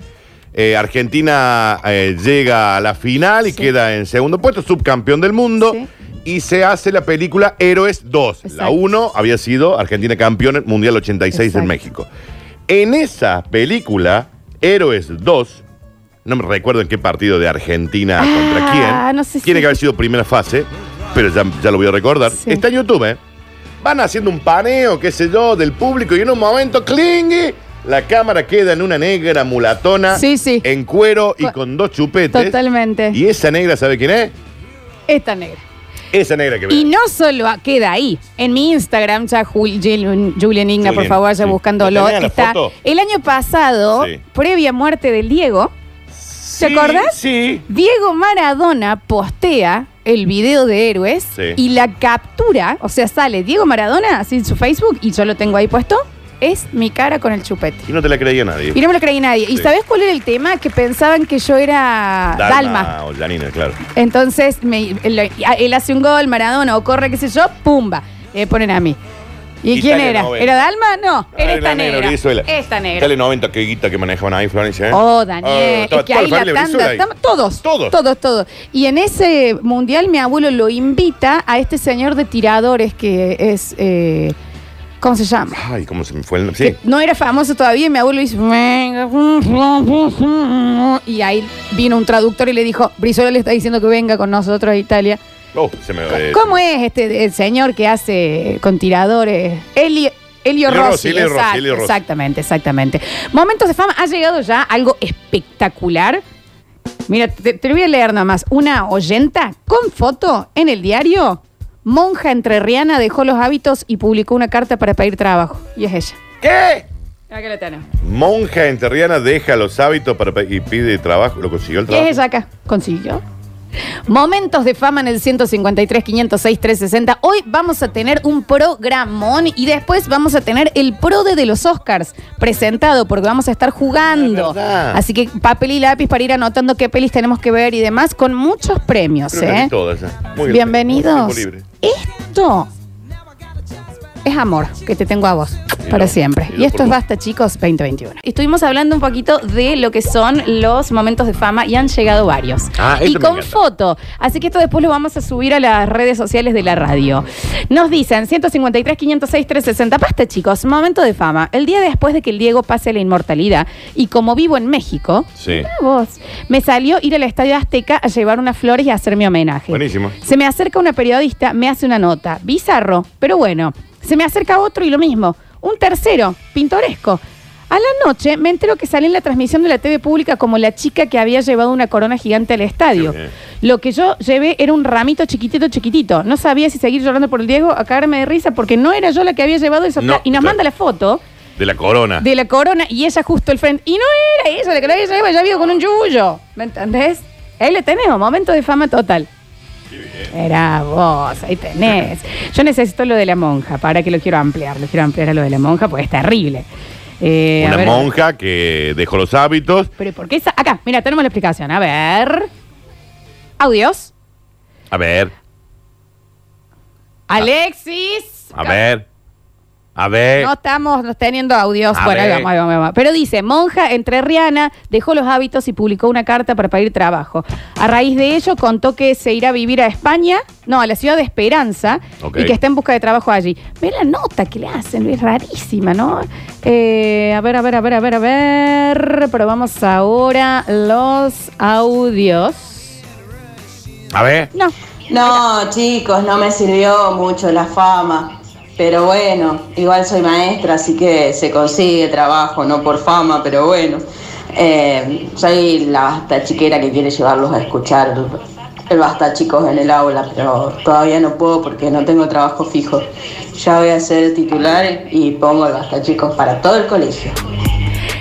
Speaker 2: Eh, Argentina eh, llega a la final y
Speaker 1: Sí.
Speaker 2: queda en segundo puesto, subcampeón del mundo.
Speaker 1: Sí.
Speaker 2: Y se hace la película Héroes 2. La
Speaker 1: Exacto.
Speaker 2: 1 había sido Argentina campeón mundial 86
Speaker 1: Exacto.
Speaker 2: en México. En esa película, Héroes 2, no me recuerdo en qué partido de Argentina
Speaker 1: Ah,
Speaker 2: contra quién.
Speaker 1: no sé si-
Speaker 2: Tiene que haber sido primera fase, pero ya, ya lo voy a recordar.
Speaker 1: Sí.
Speaker 2: Está en YouTube, ¿eh? Van haciendo un paneo, qué sé yo, del público y en un momento, clingue, la cámara queda en una negra mulatona,
Speaker 1: Sí, sí.
Speaker 2: en cuero y
Speaker 1: Co-
Speaker 2: con dos chupetes.
Speaker 1: Totalmente.
Speaker 2: Y esa negra, ¿sabe quién es?
Speaker 1: Esta negra.
Speaker 2: Esa negra que ve.
Speaker 1: Y no solo queda ahí. En mi Instagram, ya Jul- Jil- Julian Igna, por
Speaker 2: Julian,
Speaker 1: favor, ya
Speaker 2: sí.
Speaker 1: buscándolo.
Speaker 2: ¿La tenés la
Speaker 1: Está
Speaker 2: foto?
Speaker 1: el año pasado,
Speaker 2: Sí.
Speaker 1: previa muerte del Diego, ¿Te acordás?
Speaker 2: Sí.
Speaker 1: Diego Maradona postea el video de Héroes
Speaker 2: Sí.
Speaker 1: y la captura, o sea, sale Diego Maradona así en su Facebook y yo lo tengo ahí puesto, es mi cara con el chupete.
Speaker 2: Y no te la creía nadie.
Speaker 1: Y no me lo creí nadie. ¿Y
Speaker 2: Sí.
Speaker 1: sabés cuál era el tema? Que pensaban que yo era Dalma.
Speaker 2: o Janina, claro.
Speaker 1: Entonces, me- él, él hace un gol, Maradona, o corre, qué sé yo, pumba. Eh, ponen a mí. ¿Y
Speaker 2: Italia
Speaker 1: quién era?
Speaker 2: 90.
Speaker 1: ¿Era Dalma? No, era
Speaker 2: Ah,
Speaker 1: esta
Speaker 2: la
Speaker 1: negra.
Speaker 2: Brizuela.
Speaker 1: Esta negra.
Speaker 2: Dale 90 que guita que manejaban ahí, Florencia. ¿eh?
Speaker 1: Oh, Daniel.
Speaker 2: Ah, estaba
Speaker 1: es que
Speaker 2: toda
Speaker 1: ahí la
Speaker 2: familia Brizuela
Speaker 1: tanda.
Speaker 2: ahí.
Speaker 1: tam- todos.
Speaker 2: Todos.
Speaker 1: Todos, todos. Y en ese mundial, mi abuelo lo invita a este señor de tiradores que es. eh, ¿Cómo se llama?
Speaker 2: Ay, cómo se me fue el...
Speaker 1: Que
Speaker 2: Sí.
Speaker 1: no era famoso todavía y mi abuelo dice. "Venga". pues, Y ahí vino un traductor y le dijo: Brizuela le está diciendo que venga con nosotros a Italia.
Speaker 2: Oh, se me... eh,
Speaker 1: ¿Cómo es este el señor que hace con tiradores? Eli- Elio
Speaker 2: Elio
Speaker 1: Rossi,
Speaker 2: Rossi, Elio Rossi,
Speaker 1: exacto,
Speaker 2: Elio Rossi.
Speaker 1: exactamente, exactamente. Momentos de fama, ha llegado ya algo espectacular. Mira, te, te lo voy a leer nomás. Una oyenta con foto en el diario. Monja entrerriana dejó los hábitos y publicó una carta para pedir trabajo. Y es ella.
Speaker 2: ¿Qué?
Speaker 1: Acá la tenemos.
Speaker 2: Monja enterriana deja los hábitos para pe- y pide trabajo. ¿Lo consiguió el
Speaker 1: ¿Qué es
Speaker 2: trabajo?
Speaker 1: ella acá? ¿Consiguió? Momentos de fama en el 153, 506, 360. Hoy vamos a tener un programón y después vamos a tener el pro de los Oscars presentado porque vamos a estar
Speaker 2: Es
Speaker 1: jugando.
Speaker 2: verdad.
Speaker 1: Así que papel y lápiz para ir anotando qué pelis tenemos que ver y demás con muchos premios.
Speaker 2: Creo que
Speaker 1: ¿eh?
Speaker 2: vi todas, ¿eh? Muy bien.
Speaker 1: Bienvenidos.
Speaker 2: Tiempo libre.
Speaker 1: Esto es amor que te tengo a vos
Speaker 2: Y
Speaker 1: para
Speaker 2: lo-
Speaker 1: siempre.
Speaker 2: y lo
Speaker 1: Y esto
Speaker 2: por
Speaker 1: es
Speaker 2: vos.
Speaker 1: Basta, chicos, 2021. Estuvimos hablando un poquito de lo que son los momentos de fama y han llegado varios.
Speaker 2: Ah,
Speaker 1: y
Speaker 2: esto me
Speaker 1: con
Speaker 2: encanta.
Speaker 1: foto. Así que esto después lo vamos a subir a las redes sociales de la radio. Nos dicen 153, 506, 360. Basta, chicos, momento de fama. El día después de que el Diego pase a la inmortalidad y como vivo en México.
Speaker 2: Sí.
Speaker 1: mirá Vos. Me salió ir al Estadio Azteca a llevar unas flores y a hacer mi homenaje.
Speaker 2: Buenísimo.
Speaker 1: Se me acerca una periodista, me hace una nota. Bizarro, pero bueno. Se me acerca otro y lo mismo. Un tercero, pintoresco. A la noche me entero que sale en la transmisión de la TV pública como la chica que había llevado una corona gigante al estadio.
Speaker 2: Qué bien.
Speaker 1: Lo que yo llevé era un ramito chiquitito, chiquitito. No sabía si seguir llorando por el Diego, a cagarme de risa, porque no era yo la que había llevado eso.
Speaker 2: No,
Speaker 1: y nos
Speaker 2: claro.
Speaker 1: manda la foto
Speaker 2: De la corona.
Speaker 1: de la corona y ella justo al frente. Y no era ella la que la había llevado, ya había ido con un yuyo. ¿Me entendés? Ahí le tenemos, momento de fama total. Era vos, ahí tenés. Yo necesito lo de la monja, para que lo quiero ampliar. Lo quiero ampliar a lo de la monja porque es terrible. Eh, a
Speaker 2: Una
Speaker 1: ver.
Speaker 2: monja que dejó los hábitos.
Speaker 1: Pero ¿por qué esa? Acá, mira, tenemos la explicación. A ver. Audios.
Speaker 2: A ver,
Speaker 1: Alexis.
Speaker 2: Ah. a ver, a ver.
Speaker 1: No estamos teniendo audios.
Speaker 2: Eh. A
Speaker 1: Bueno, ahí
Speaker 2: ver.
Speaker 1: vamos, ahí vamos, ahí vamos. Pero dice, monja entrerriana dejó los hábitos y publicó una carta para pedir trabajo. A raíz de ello contó que se irá a vivir a España, no, a la ciudad de Esperanza,
Speaker 2: Ok.
Speaker 1: y que está en busca de trabajo allí. Ve la nota que le hacen, es rarísima, ¿no? Eh, a ver, a ver, a ver, a ver, a ver. Probamos ahora los audios.
Speaker 2: A ver.
Speaker 1: No.
Speaker 4: No, chicos, no me sirvió mucho la fama. Pero bueno, igual soy maestra, así que se consigue trabajo, no por fama, pero bueno. Eh, soy la basta chiquera que quiere llevarlos a escuchar el basta chicos en el aula, pero todavía no puedo porque no tengo trabajo fijo. Ya voy a ser titular y pongo el basta chicos para todo el colegio.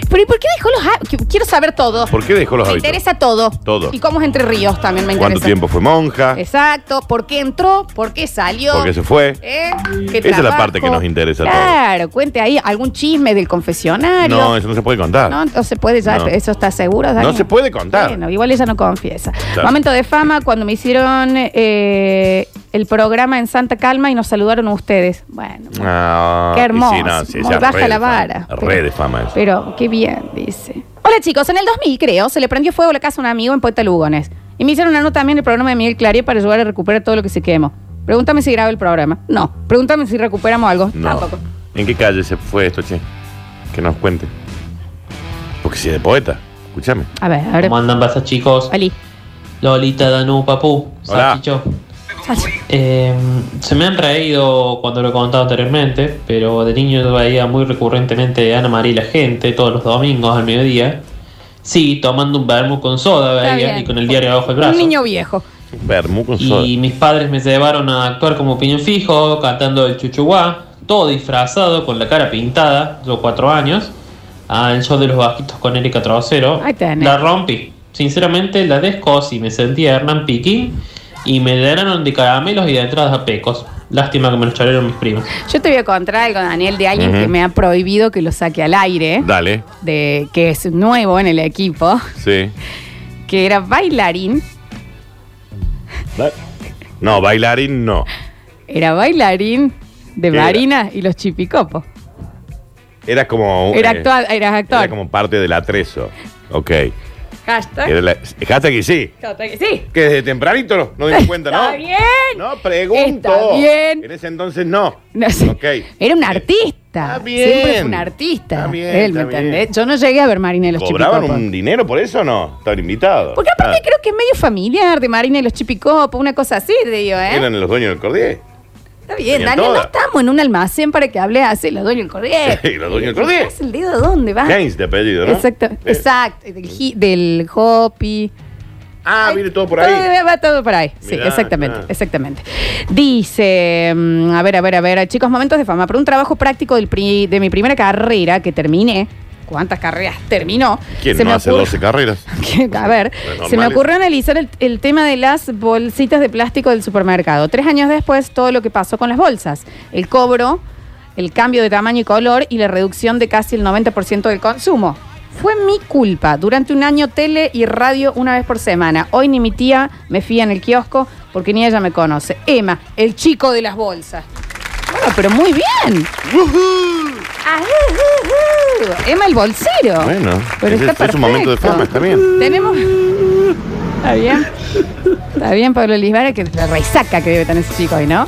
Speaker 1: Pero ¿y por qué dejó los hábitos? Quiero saber todo.
Speaker 2: ¿Por qué dejó los
Speaker 1: Me
Speaker 2: hábitos?
Speaker 1: interesa todo.
Speaker 2: Todo.
Speaker 1: Y cómo es Entre Ríos también me interesa.
Speaker 2: ¿Cuánto tiempo fue monja?
Speaker 1: Exacto, por qué entró, por qué salió.
Speaker 2: ¿Por qué se fue?
Speaker 1: ¿Eh? ¿Qué
Speaker 2: Esa es la
Speaker 1: trabajo?
Speaker 2: parte que nos interesa a todos.
Speaker 1: Claro, cuente ahí algún chisme del confesionario.
Speaker 2: No, eso no se puede contar.
Speaker 1: No, no se puede ya,
Speaker 2: No.
Speaker 1: eso está seguro. Dani?
Speaker 2: No se puede contar.
Speaker 1: Bueno, igual ella no confiesa.
Speaker 2: Claro.
Speaker 1: Momento de fama, cuando me hicieron eh, el programa en Santa Calma y nos saludaron ustedes. Bueno,
Speaker 2: Ah,
Speaker 1: Qué
Speaker 2: y
Speaker 1: hermoso.
Speaker 2: Sí, no, sí,
Speaker 1: Muy
Speaker 2: ya,
Speaker 1: baja
Speaker 2: re
Speaker 1: la
Speaker 2: de fama.
Speaker 1: vara.
Speaker 2: Re de fama eso.
Speaker 1: pero qué bien, dice. Hola chicos, en el 2000 creo, se le prendió fuego la casa a un amigo en Puerta Lugones. Y me hicieron una nota también el programa de Miguel Clarie para ayudar a recuperar todo lo que se quemó. Pregúntame si grabo el programa. No. Pregúntame si recuperamos algo.
Speaker 2: No.
Speaker 1: Tampoco.
Speaker 2: ¿En qué calle se fue esto, che? Que nos cuente. Porque si es de poeta, escúchame.
Speaker 1: A ver, a ver.
Speaker 5: ¿Cómo andan basta chicos?
Speaker 1: Ali.
Speaker 5: Lolita, Danu, Papu,
Speaker 2: Hola.
Speaker 5: Sachicho. Em, se me han reído cuando lo he contado anteriormente, pero de niño yo veía muy recurrentemente a Ana María y la gente todos los domingos al mediodía. Sí, tomando un vermo con soda
Speaker 1: Está
Speaker 5: veía
Speaker 1: bien.
Speaker 5: y con el diario abajo del brazo.
Speaker 1: Un niño viejo.
Speaker 2: Bermú con soda.
Speaker 5: Y mis padres me llevaron a actuar como piñón fijo, cantando el chuchuá, todo disfrazado, con la cara Ah, pintada, yo cuatro años, al show de los vasquitos con Erika Trocero.
Speaker 1: Ahí tenés.
Speaker 5: La rompí. Sinceramente la descocí, me sentía Hernán Piquín y me llenaron de caramelos y de entradas a pecos. Lástima que me los chorearon mis primos.
Speaker 1: Yo te voy a contar algo, Daniel, de alguien
Speaker 2: Ujú.
Speaker 1: que me ha prohibido que lo saque al aire,
Speaker 2: Dale.
Speaker 1: de que es nuevo en el equipo,
Speaker 2: Sí.
Speaker 1: que era bailarín,
Speaker 2: Da- No, bailarín no.
Speaker 1: era bailarín de
Speaker 2: ¿Qué era?
Speaker 1: Marina y los Chipicopos.
Speaker 2: Era como.
Speaker 1: Era,
Speaker 2: eh,
Speaker 1: actua- eras actor.
Speaker 2: Era como parte del atrezo. Ok.
Speaker 1: Eh. Hashtag.
Speaker 2: Era la- Hashtag que sí.
Speaker 1: Hashtag- Sí.
Speaker 2: Que desde tempranito no- no dimos cuenta, ¿no?
Speaker 1: Está bien.
Speaker 2: No, pregunto.
Speaker 1: Está bien.
Speaker 2: En ese entonces no.
Speaker 1: No sé.
Speaker 2: Ok.
Speaker 1: Era un
Speaker 2: Eh,
Speaker 1: artista.
Speaker 2: Está bien.
Speaker 1: Siempre fue un artista.
Speaker 2: Está bien,
Speaker 1: Él, ¿me
Speaker 2: está bien.
Speaker 1: entendés? Yo no llegué a ver Marina y los
Speaker 2: ¿Cobraban
Speaker 1: Chipicopos.
Speaker 2: un dinero por eso o no? Estaban invitados.
Speaker 1: Porque aparte
Speaker 2: Ah,
Speaker 1: creo que es medio familiar de Marina y los Chipicopos, una cosa así, te digo, ¿eh?
Speaker 2: Eran los dueños del cordier.
Speaker 1: Está bien,
Speaker 2: tenían
Speaker 1: Daniel, no
Speaker 2: todas.
Speaker 1: estamos en un almacén para que hable así, los dueños del corriente.
Speaker 2: Sí, los dueños del cordier.
Speaker 1: ¿El dedo dónde va?
Speaker 2: Keynes de apellido, ¿no?
Speaker 1: Ah.
Speaker 2: Eh.
Speaker 1: Exacto,
Speaker 2: Sí.
Speaker 1: exacto. Del, hi- del hopi.
Speaker 2: Ah, viene todo por ahí.
Speaker 1: Todo, va todo por ahí. Sí,
Speaker 2: Mirá,
Speaker 1: exactamente,
Speaker 2: claro.
Speaker 1: exactamente. Dice, mm, a ver, a ver, a ver, chicos, momentos de fama. Por un trabajo práctico del pri- de mi primera carrera que terminé. ¿Cuántas carreras terminó?
Speaker 2: ¿Quién
Speaker 1: Se
Speaker 2: no
Speaker 1: me
Speaker 2: hace
Speaker 1: ocurre-
Speaker 2: 12 carreras?
Speaker 1: que- A ver,
Speaker 2: Bueno,
Speaker 1: se me
Speaker 2: normales.
Speaker 1: ocurrió analizar el, el tema de las bolsitas de plástico del supermercado. Tres años después, todo lo que pasó con las bolsas. El cobro, el cambio de tamaño y color y la reducción de casi el 90% del consumo. Fue mi culpa. Durante un año tele y radio una vez por semana. Hoy ni mi tía me fía en el kiosco porque ni ella me conoce. Emma, el chico de las bolsas. Bueno, pero muy bien. Ah, uh, uh, uh. Emma el bolsero.
Speaker 2: Bueno,
Speaker 1: Pero
Speaker 2: ese
Speaker 1: está
Speaker 2: fue su momento de
Speaker 1: perfecto.
Speaker 2: fama, está bien.
Speaker 1: Tenemos. Está bien. Está bien, Pablo Lisbara, que la resaca que debe tener ese chico hoy, ¿no?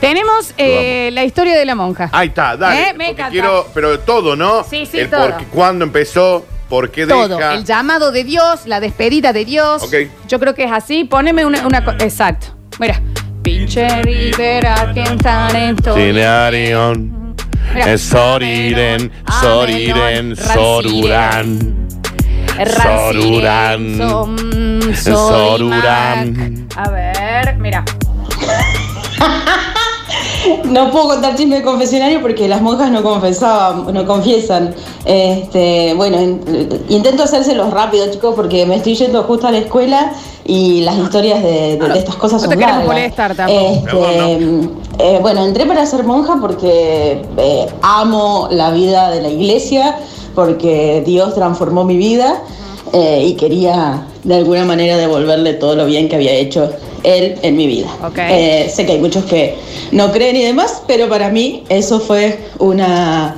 Speaker 1: Tenemos eh, la historia de la monja.
Speaker 2: Ahí está, dale.
Speaker 1: Eh, me
Speaker 2: porque
Speaker 1: encanta.
Speaker 2: Quiero, pero todo, ¿no?
Speaker 1: Sí, sí,
Speaker 2: el
Speaker 1: todo.
Speaker 2: Por qué, ¿Cuándo empezó? ¿Por qué
Speaker 1: Todo.
Speaker 2: deja?
Speaker 1: El llamado de Dios, la despedida de Dios.
Speaker 2: Ok.
Speaker 1: Yo creo que es así. Poneme una. una co- Exacto. Mira. Pinche Rivera, quien talento.
Speaker 2: Silarion,
Speaker 1: Mira. ah,
Speaker 2: Soriren, Soriren,
Speaker 1: Amenón,
Speaker 2: Soruran. Soruran.
Speaker 1: Soruran.
Speaker 2: Soruran.
Speaker 1: A ver, mira.
Speaker 4: No puedo contar chisme de confesionario porque las monjas no confesaban, no confiesan. Este, bueno, in- intento hacérselos rápido, chicos, porque me estoy yendo justo a la escuela y las historias de, de- de estas cosas
Speaker 1: No
Speaker 4: son
Speaker 1: te queremos
Speaker 4: largas.
Speaker 1: molestar tampoco.
Speaker 4: Este,
Speaker 2: Perdón,
Speaker 4: eh, bueno, entré para ser monja porque eh, amo la vida de la iglesia, porque Dios transformó mi vida eh, y quería de alguna manera devolverle todo lo bien que había hecho él en mi vida.
Speaker 1: Ok.
Speaker 4: Eh, sé que hay muchos que no creen y demás, pero para mí eso fue una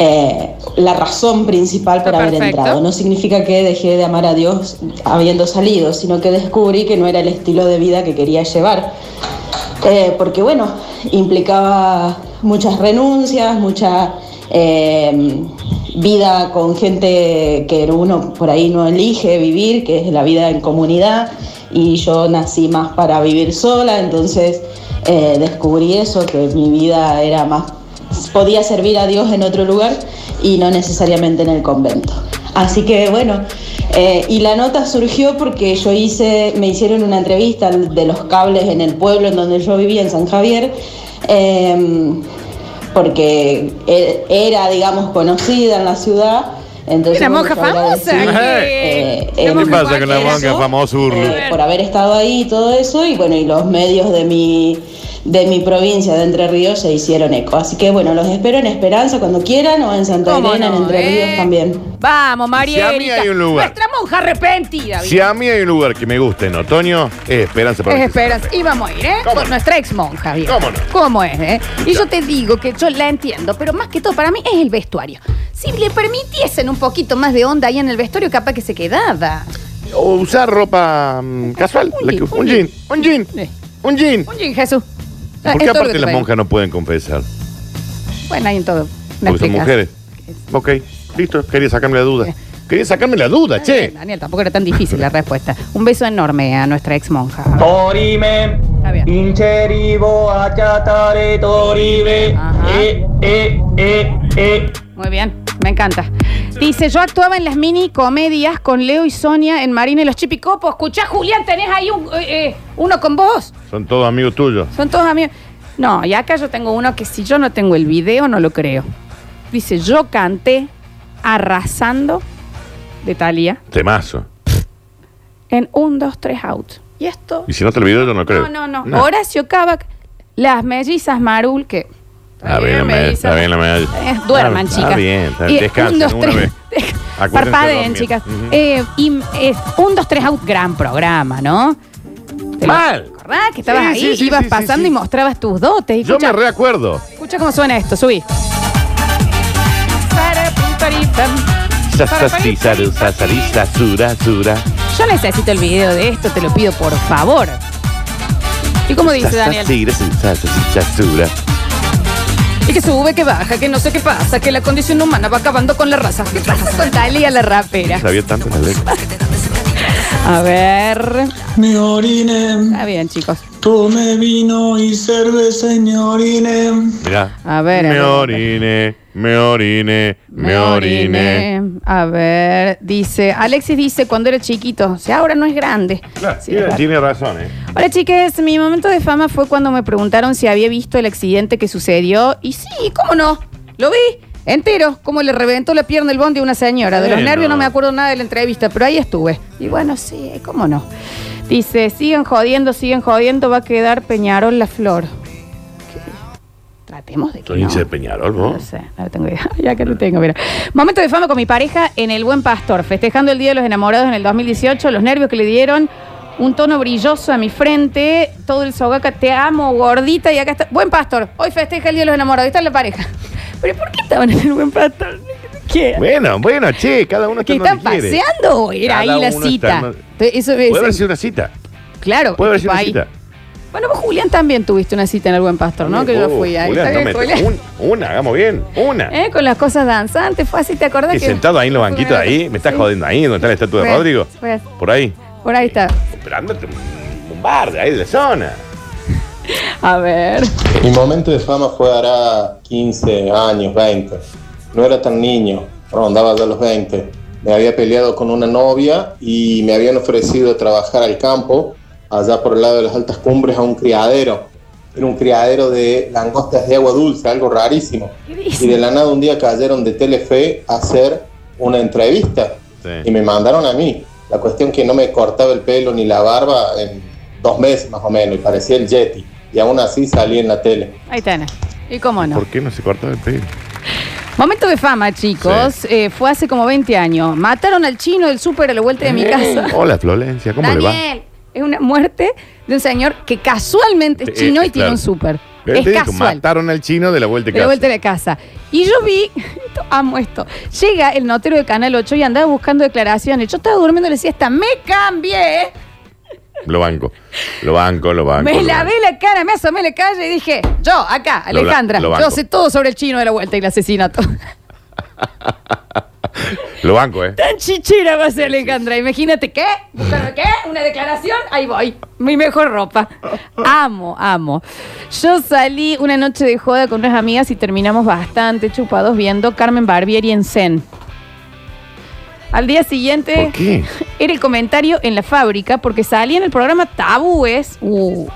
Speaker 4: eh, la razón principal
Speaker 1: Está
Speaker 4: para haber
Speaker 1: perfecto.
Speaker 4: entrado. No significa que dejé de amar a Dios habiendo salido, sino que descubrí que no era el estilo de vida que quería llevar. Eh, porque bueno, implicaba muchas renuncias, mucha eh, vida con gente que uno por ahí no elige vivir, que es la vida en comunidad, y yo nací más para vivir sola, entonces eh, descubrí eso, que mi vida era más, podía servir a Dios en otro lugar y no necesariamente en el convento. Así que bueno, eh, y la nota surgió porque yo hice, me hicieron una entrevista de los cables en el pueblo en donde yo vivía, en San Javier, em, porque e- era, digamos, conocida en la ciudad. Entonces,
Speaker 1: Una
Speaker 4: bueno,
Speaker 1: monja
Speaker 4: yo agradecí,
Speaker 1: famosa. que-
Speaker 4: eh,
Speaker 1: que
Speaker 4: eh,
Speaker 1: monja
Speaker 4: ¿Qué
Speaker 2: pasa con la
Speaker 1: cualquiera,
Speaker 2: monja
Speaker 1: ¿no?
Speaker 2: famosa?
Speaker 4: eh, por haber estado ahí y todo eso y bueno y los medios de mi de mi provincia de Entre Ríos se hicieron eco así que bueno los espero en Esperanza cuando quieran o en Santa
Speaker 1: ¿Cómo
Speaker 4: Elena
Speaker 1: no,
Speaker 4: en Entre
Speaker 1: eh?
Speaker 4: Ríos también
Speaker 1: Vamos, María.
Speaker 2: Si a mí hay un lugar.
Speaker 1: Nuestra monja arrepentida.
Speaker 2: Si a mí hay un lugar que me gusta en otoño, es Esperanza para
Speaker 1: Es
Speaker 2: Valencia.
Speaker 1: esperas. Y vamos a ir, ¿eh?
Speaker 2: ¿Cómo
Speaker 1: Por
Speaker 2: no?
Speaker 1: nuestra ex monja, bien.
Speaker 2: ¿Cómo no?
Speaker 1: ¿Cómo es, eh? Y yo te digo que yo la entiendo, pero más que todo, para mí es el vestuario. Si le permitiesen un poquito más de onda ahí en el vestuario, capaz que se quedaba.
Speaker 2: O usar ropa mm, casual.
Speaker 1: Un
Speaker 2: la que-
Speaker 1: jean, un
Speaker 2: Un jean, un jean,
Speaker 1: Sí.
Speaker 2: un jean.
Speaker 1: Un jean, Jesús. Ah,
Speaker 2: ¿Por
Speaker 1: es
Speaker 2: qué
Speaker 1: todo lo que
Speaker 2: aparte
Speaker 1: te
Speaker 2: las
Speaker 1: pedí.
Speaker 2: monjas no pueden confesar?
Speaker 1: Bueno, hay en todo. Una
Speaker 2: Porque son
Speaker 1: explicación.
Speaker 2: mujeres. Ok, listo. Quería sacarme la duda. Quería sacarme la duda,
Speaker 1: Está bien,
Speaker 2: che.
Speaker 1: Daniel, tampoco era tan difícil la respuesta. Un beso enorme a nuestra ex monja.
Speaker 6: Torime,
Speaker 1: Está bien.
Speaker 6: Incheribo, Achatare, Torime,
Speaker 1: Ajá.
Speaker 6: eh, eh, eh, eh.
Speaker 1: Muy bien, me encanta. Dice, yo actuaba en las mini comedias con Leo y Sonia en Marina y los Chipicopos. Escuchá, Julián, tenés ahí un, eh, eh, uno con vos.
Speaker 2: Son todos amigos tuyos.
Speaker 1: Son todos amigos. No, y acá yo tengo uno que si yo no tengo el video, no lo creo. Dice, yo canté Arrasando de Talía.
Speaker 2: Temazo.
Speaker 1: en un, dos, tres out. Y esto.
Speaker 2: Y si no te olvido, yo no creo.
Speaker 1: No, no, no, Horacio Cavac, las mellizas Marul, que.
Speaker 2: Está bien, la medalla. Está bien, la medalla.
Speaker 1: Eh, duerman,
Speaker 2: Está-
Speaker 1: chicas.
Speaker 2: Está bien, está
Speaker 1: Eh,
Speaker 2: bien. Descansen
Speaker 1: un, dos,
Speaker 2: una
Speaker 1: tres.
Speaker 2: vez.
Speaker 1: Deja-
Speaker 2: Acuérdense
Speaker 1: Parpadeen,
Speaker 2: dormir.
Speaker 1: chicas.
Speaker 2: Ujú.
Speaker 1: Eh, y, eh, un, dos, tres out, gran programa, ¿no? Te lo-
Speaker 2: Mal.
Speaker 1: ¿Verdad? Que estabas
Speaker 2: Ah. Sí,
Speaker 1: ahí,
Speaker 2: sí, sí,
Speaker 1: ibas
Speaker 2: sí, sí,
Speaker 1: pasando
Speaker 2: sí.
Speaker 1: y mostrabas tus dotes. Y
Speaker 2: Yo me
Speaker 1: escucha,
Speaker 2: reacuerdo.
Speaker 1: escucha cómo suena esto, subí. Yo necesito el video de esto, te lo pido por favor. ¿Y cómo dice Daniel? Y que sube, que baja, que no sé qué pasa, que la condición humana va acabando con la raza. ¿Qué pasa con Talía la rapera?
Speaker 2: Sabía tanto la letra.
Speaker 1: A ver.
Speaker 6: Me orine,
Speaker 1: Está bien, chicos.
Speaker 6: tome vino y cerveza y me orine.
Speaker 2: Mirá.
Speaker 1: A ver, a
Speaker 2: Me
Speaker 1: ver.
Speaker 2: orine, me orine, me orine.
Speaker 1: A ver, dice. Alexis dice cuando era chiquito. O sea, ahora no es grande.
Speaker 2: Claro,
Speaker 1: Sí, es
Speaker 2: tiene,
Speaker 1: verdad.
Speaker 2: tiene razón, ¿eh?
Speaker 1: Hola chiques, mi momento de fama fue cuando me preguntaron si había visto el accidente que sucedió. Y sí, ¿cómo no? Lo vi entero, como le reventó la pierna el bondi a una señora. De los
Speaker 2: Bueno.
Speaker 1: nervios no me acuerdo nada de la entrevista, pero ahí estuve. Y bueno, sí, ¿cómo no? Dice, siguen jodiendo, siguen jodiendo, va a quedar Peñarol la flor. ¿Qué? Tratemos de que
Speaker 2: Soy hincha de
Speaker 1: no.
Speaker 2: Peñarol,
Speaker 1: No
Speaker 2: ¿no?
Speaker 1: lo sé, no lo tengo idea. Ya que lo tengo, mira. Momento de fama con mi pareja en El Buen Pastor, festejando el Día de los Enamorados en el 2018, los nervios que le dieron, un tono brilloso a mi frente, todo el sogaca, te amo, gordita, y acá está. Buen Pastor, hoy festeja el Día de los Enamorados, ahí está la pareja. ¿Pero por qué estaban en El Buen Pastor? ¿Qué?
Speaker 2: Bueno, bueno, che, cada uno está
Speaker 1: ¿Que
Speaker 2: donde
Speaker 1: están
Speaker 2: quiere.
Speaker 1: paseando o era
Speaker 2: Cada
Speaker 1: ahí la
Speaker 2: uno está
Speaker 1: cita?
Speaker 2: en una-
Speaker 1: Entonces, Eso es,
Speaker 2: Puede haber sido una cita.
Speaker 1: claro,
Speaker 2: Puede haber
Speaker 1: tipo
Speaker 2: sido una
Speaker 1: ahí.
Speaker 2: cita.
Speaker 1: Bueno, vos Julián también tuviste una cita en El Buen Pastor, ¿no? Que yo
Speaker 2: Oh,
Speaker 1: fui ahí.
Speaker 2: Julián,
Speaker 1: Está bien,
Speaker 2: no me-
Speaker 1: Julián.
Speaker 2: un- Una, hagamos bien. Una.
Speaker 1: ¿Eh? Con las cosas danzantes, fue así, ¿te acordás?
Speaker 2: Y
Speaker 1: que
Speaker 2: sentado ahí en los banquitos ahí, me estás
Speaker 1: Sí.
Speaker 2: jodiendo ahí, donde está la estatua de
Speaker 1: Ves,
Speaker 2: Rodrigo.
Speaker 1: ves.
Speaker 2: Por ahí.
Speaker 1: Por ahí está.
Speaker 2: Pero ándate un, un bar de ahí de la zona.
Speaker 1: A ver.
Speaker 7: Mi momento de fama fue hará 15 años, 20. No era tan niño, rondaba ya los 20. Me había peleado con una novia y me habían ofrecido trabajar al campo, allá por el lado de las altas cumbres, a un criadero. Era un criadero de langostas de agua dulce, algo rarísimo.
Speaker 1: ¿Qué
Speaker 7: Y de
Speaker 1: dice?
Speaker 7: la nada un día cayeron de Telefe a hacer una entrevista y
Speaker 2: Sí.
Speaker 7: me mandaron a mí. La cuestión que no me cortaba el pelo ni la barba en dos meses más o menos y parecía el Yeti. Y aún así salí en la tele.
Speaker 1: Ahí está. Ana. ¿Y cómo no?
Speaker 2: ¿Por qué no se cortaba el pelo?
Speaker 1: Momento de fama, chicos. Eh, fue hace como 20 años. Mataron al chino del súper a la vuelta de mi casa.
Speaker 2: Hola, Florencia, Eh. ¿cómo le va?
Speaker 1: Daniel. Es una muerte de un señor que casualmente es
Speaker 2: Sí,
Speaker 1: chino y
Speaker 2: eh,
Speaker 1: tiene
Speaker 2: claro.
Speaker 1: un súper.
Speaker 2: Pero
Speaker 1: Es
Speaker 2: te digo,
Speaker 1: casual.
Speaker 2: mataron al chino de la vuelta
Speaker 1: De
Speaker 2: de
Speaker 1: la
Speaker 2: casa.
Speaker 1: vuelta de la casa. Y yo vi, esto- amo esto, llega el notero de Canal 8 y andaba buscando declaraciones. Yo estaba durmiendo y le decía, esta me cambié,
Speaker 2: Lo banco. Lo banco, lo banco.
Speaker 1: me
Speaker 2: lo
Speaker 1: lavé
Speaker 2: banco.
Speaker 1: la cara, me asomé a la calle y dije, yo, acá,
Speaker 2: Lo bla-
Speaker 1: Alejandra,
Speaker 2: lo
Speaker 1: yo
Speaker 2: banco.
Speaker 1: sé todo sobre el chino de la vuelta y el asesinato.
Speaker 2: Lo banco, ¿eh?
Speaker 1: Tan chichera va a ser Alejandra, imagínate, ¿qué? ¿Buscando qué? ¿Una declaración? Ahí voy, mi mejor ropa. Amo, amo. Yo salí una noche de joda con unas amigas y terminamos bastante chupados viendo Carmen Barbieri en Zen. Al día siguiente...
Speaker 2: ¿Por qué?
Speaker 1: era el comentario en la fábrica porque salía en el programa Tabúes uh,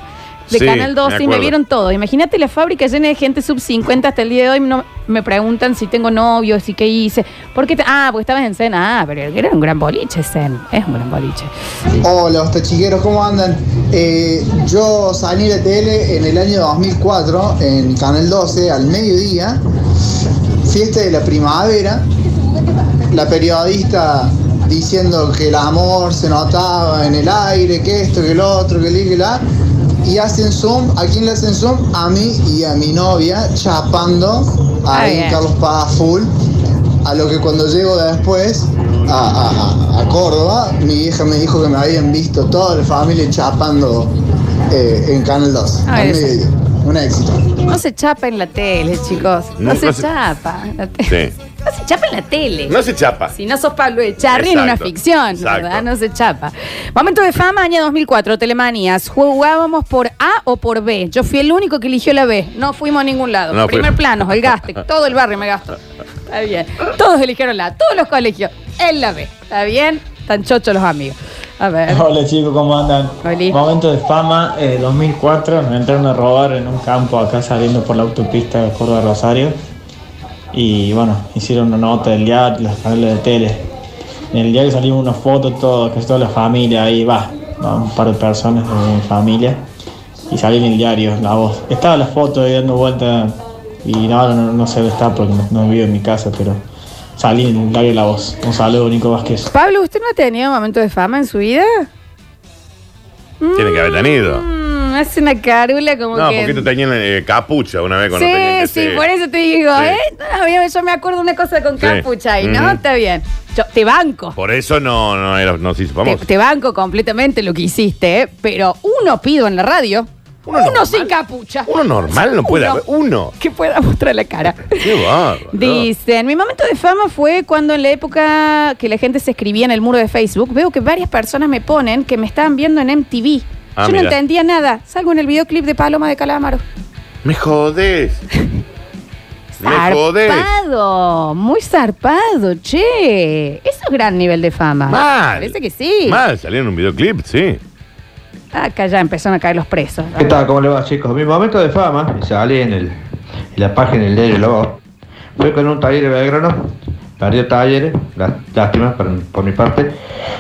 Speaker 1: de
Speaker 2: Sí,
Speaker 1: Canal 12
Speaker 2: me
Speaker 1: y me
Speaker 2: acuerdo.
Speaker 1: vieron todo. Imagínate la fábrica llena de gente sub 50 hasta el día de hoy. No, me preguntan si tengo novio, si qué hice. ¿Por qué te- ah, porque estabas en Zen. Ah, pero era un gran boliche Zen. Es un gran boliche.
Speaker 8: Hola, los tachigueros, ¿cómo andan? Eh, yo salí de tele en el año 2004 en Canal 12 al mediodía, fiesta de la primavera, la periodista diciendo que el amor se notaba en el aire, que esto, que lo otro, que el que la, y hacen zoom, ¿a quién le hacen zoom? A mí y a mi novia chapando
Speaker 1: Ah,
Speaker 8: ahí
Speaker 1: bien.
Speaker 8: en Carlos Paz full, a lo que cuando llego después a, a- a- a Córdoba, mi hija me dijo que me habían visto toda la familia chapando eh, en Canal 2.
Speaker 1: Ah,
Speaker 8: al
Speaker 1: eso.
Speaker 8: mediodía. Un éxito.
Speaker 1: No se chapa en la tele, chicos. No,
Speaker 2: No,
Speaker 1: se,
Speaker 2: no se-
Speaker 1: chapa. en la tele.
Speaker 2: Sí.
Speaker 1: No se chapa en la tele.
Speaker 2: No se chapa.
Speaker 1: Si no sos Pablo Echarri en una
Speaker 2: Exacto,
Speaker 1: ficción,
Speaker 2: exacto.
Speaker 1: ¿verdad? No se chapa. Momento de fama, año 2004, Telemanías. Jugábamos por A o por B. Yo fui el único que eligió la B. No fuimos a ningún lado.
Speaker 2: No
Speaker 1: Primer
Speaker 2: fuimos.
Speaker 1: plano, el gaste. Todo el barrio me gastó. Está bien. Todos eligieron la A. Todos los colegios. Él la B. ¿Está bien? Tan chochos los amigos. A ver.
Speaker 6: Hola chicos, ¿cómo andan?
Speaker 1: Oli.
Speaker 6: Momento de fama, eh, 2004, me entraron a robar en un campo acá saliendo por la autopista de Córdoba Rosario. Y bueno, hicieron una nota del diario, los canales de tele. El día que salimos una foto, todo, casi toda la familia ahí va, va un par de personas de mi familia. Y salí en el diario, la voz. Estaba la foto ahí dando vuelta y no, no, no sé dónde está porque no, no vivo en mi casa, pero salí en el diario la voz. Un saludo, Nico Vázquez.
Speaker 1: Pablo, ¿usted no ha tenido momento de fama en su vida?
Speaker 2: Tiene que haber tenido.
Speaker 1: Mm, hace una carula como
Speaker 2: No,
Speaker 1: que...
Speaker 2: porque esto tenían eh, capucha una vez cuando tenían
Speaker 1: Sí,
Speaker 2: que
Speaker 1: sí,
Speaker 2: ser-
Speaker 1: por eso te digo,
Speaker 2: Sí.
Speaker 1: ¿eh? No, bien, yo me acuerdo una cosa con
Speaker 2: Sí.
Speaker 1: capucha y ¿no?
Speaker 2: Ujú.
Speaker 1: Está bien. Yo te banco.
Speaker 2: Por eso no, no, era, no se hizo
Speaker 1: Te,
Speaker 2: famoso.
Speaker 1: te banco completamente lo que hiciste, ¿eh? Pero uno pido en la radio.
Speaker 2: Uno
Speaker 1: Uno,
Speaker 2: normal.
Speaker 1: sin capucha.
Speaker 2: Uno normal no puede
Speaker 1: Uno.
Speaker 2: haber. Uno.
Speaker 1: Que pueda mostrar la cara.
Speaker 2: Qué bárbaro.
Speaker 1: Dicen, mi momento de fama fue cuando en la época que la gente se escribía en el muro de Facebook, veo que varias personas me ponen que me estaban viendo en MTV.
Speaker 2: Ah,
Speaker 1: Yo
Speaker 2: mira.
Speaker 1: no entendía nada. Salgo en el videoclip de Paloma de Calamaro.
Speaker 2: Me jodés. Me jodés.
Speaker 1: Zarpado, muy zarpado, che. Eso es gran nivel de fama.
Speaker 2: Mal.
Speaker 1: Parece que sí.
Speaker 2: Mal, salió en un videoclip, sí.
Speaker 1: Acá ya empezaron a caer los presos.
Speaker 9: ¿Qué tal? ¿Cómo le va, chicos? Mi momento de fama, y sale en, el, en la página del diario La Voz, fue con un taller de Belgrano, perdió talleres, lá- lástima por, por mi parte,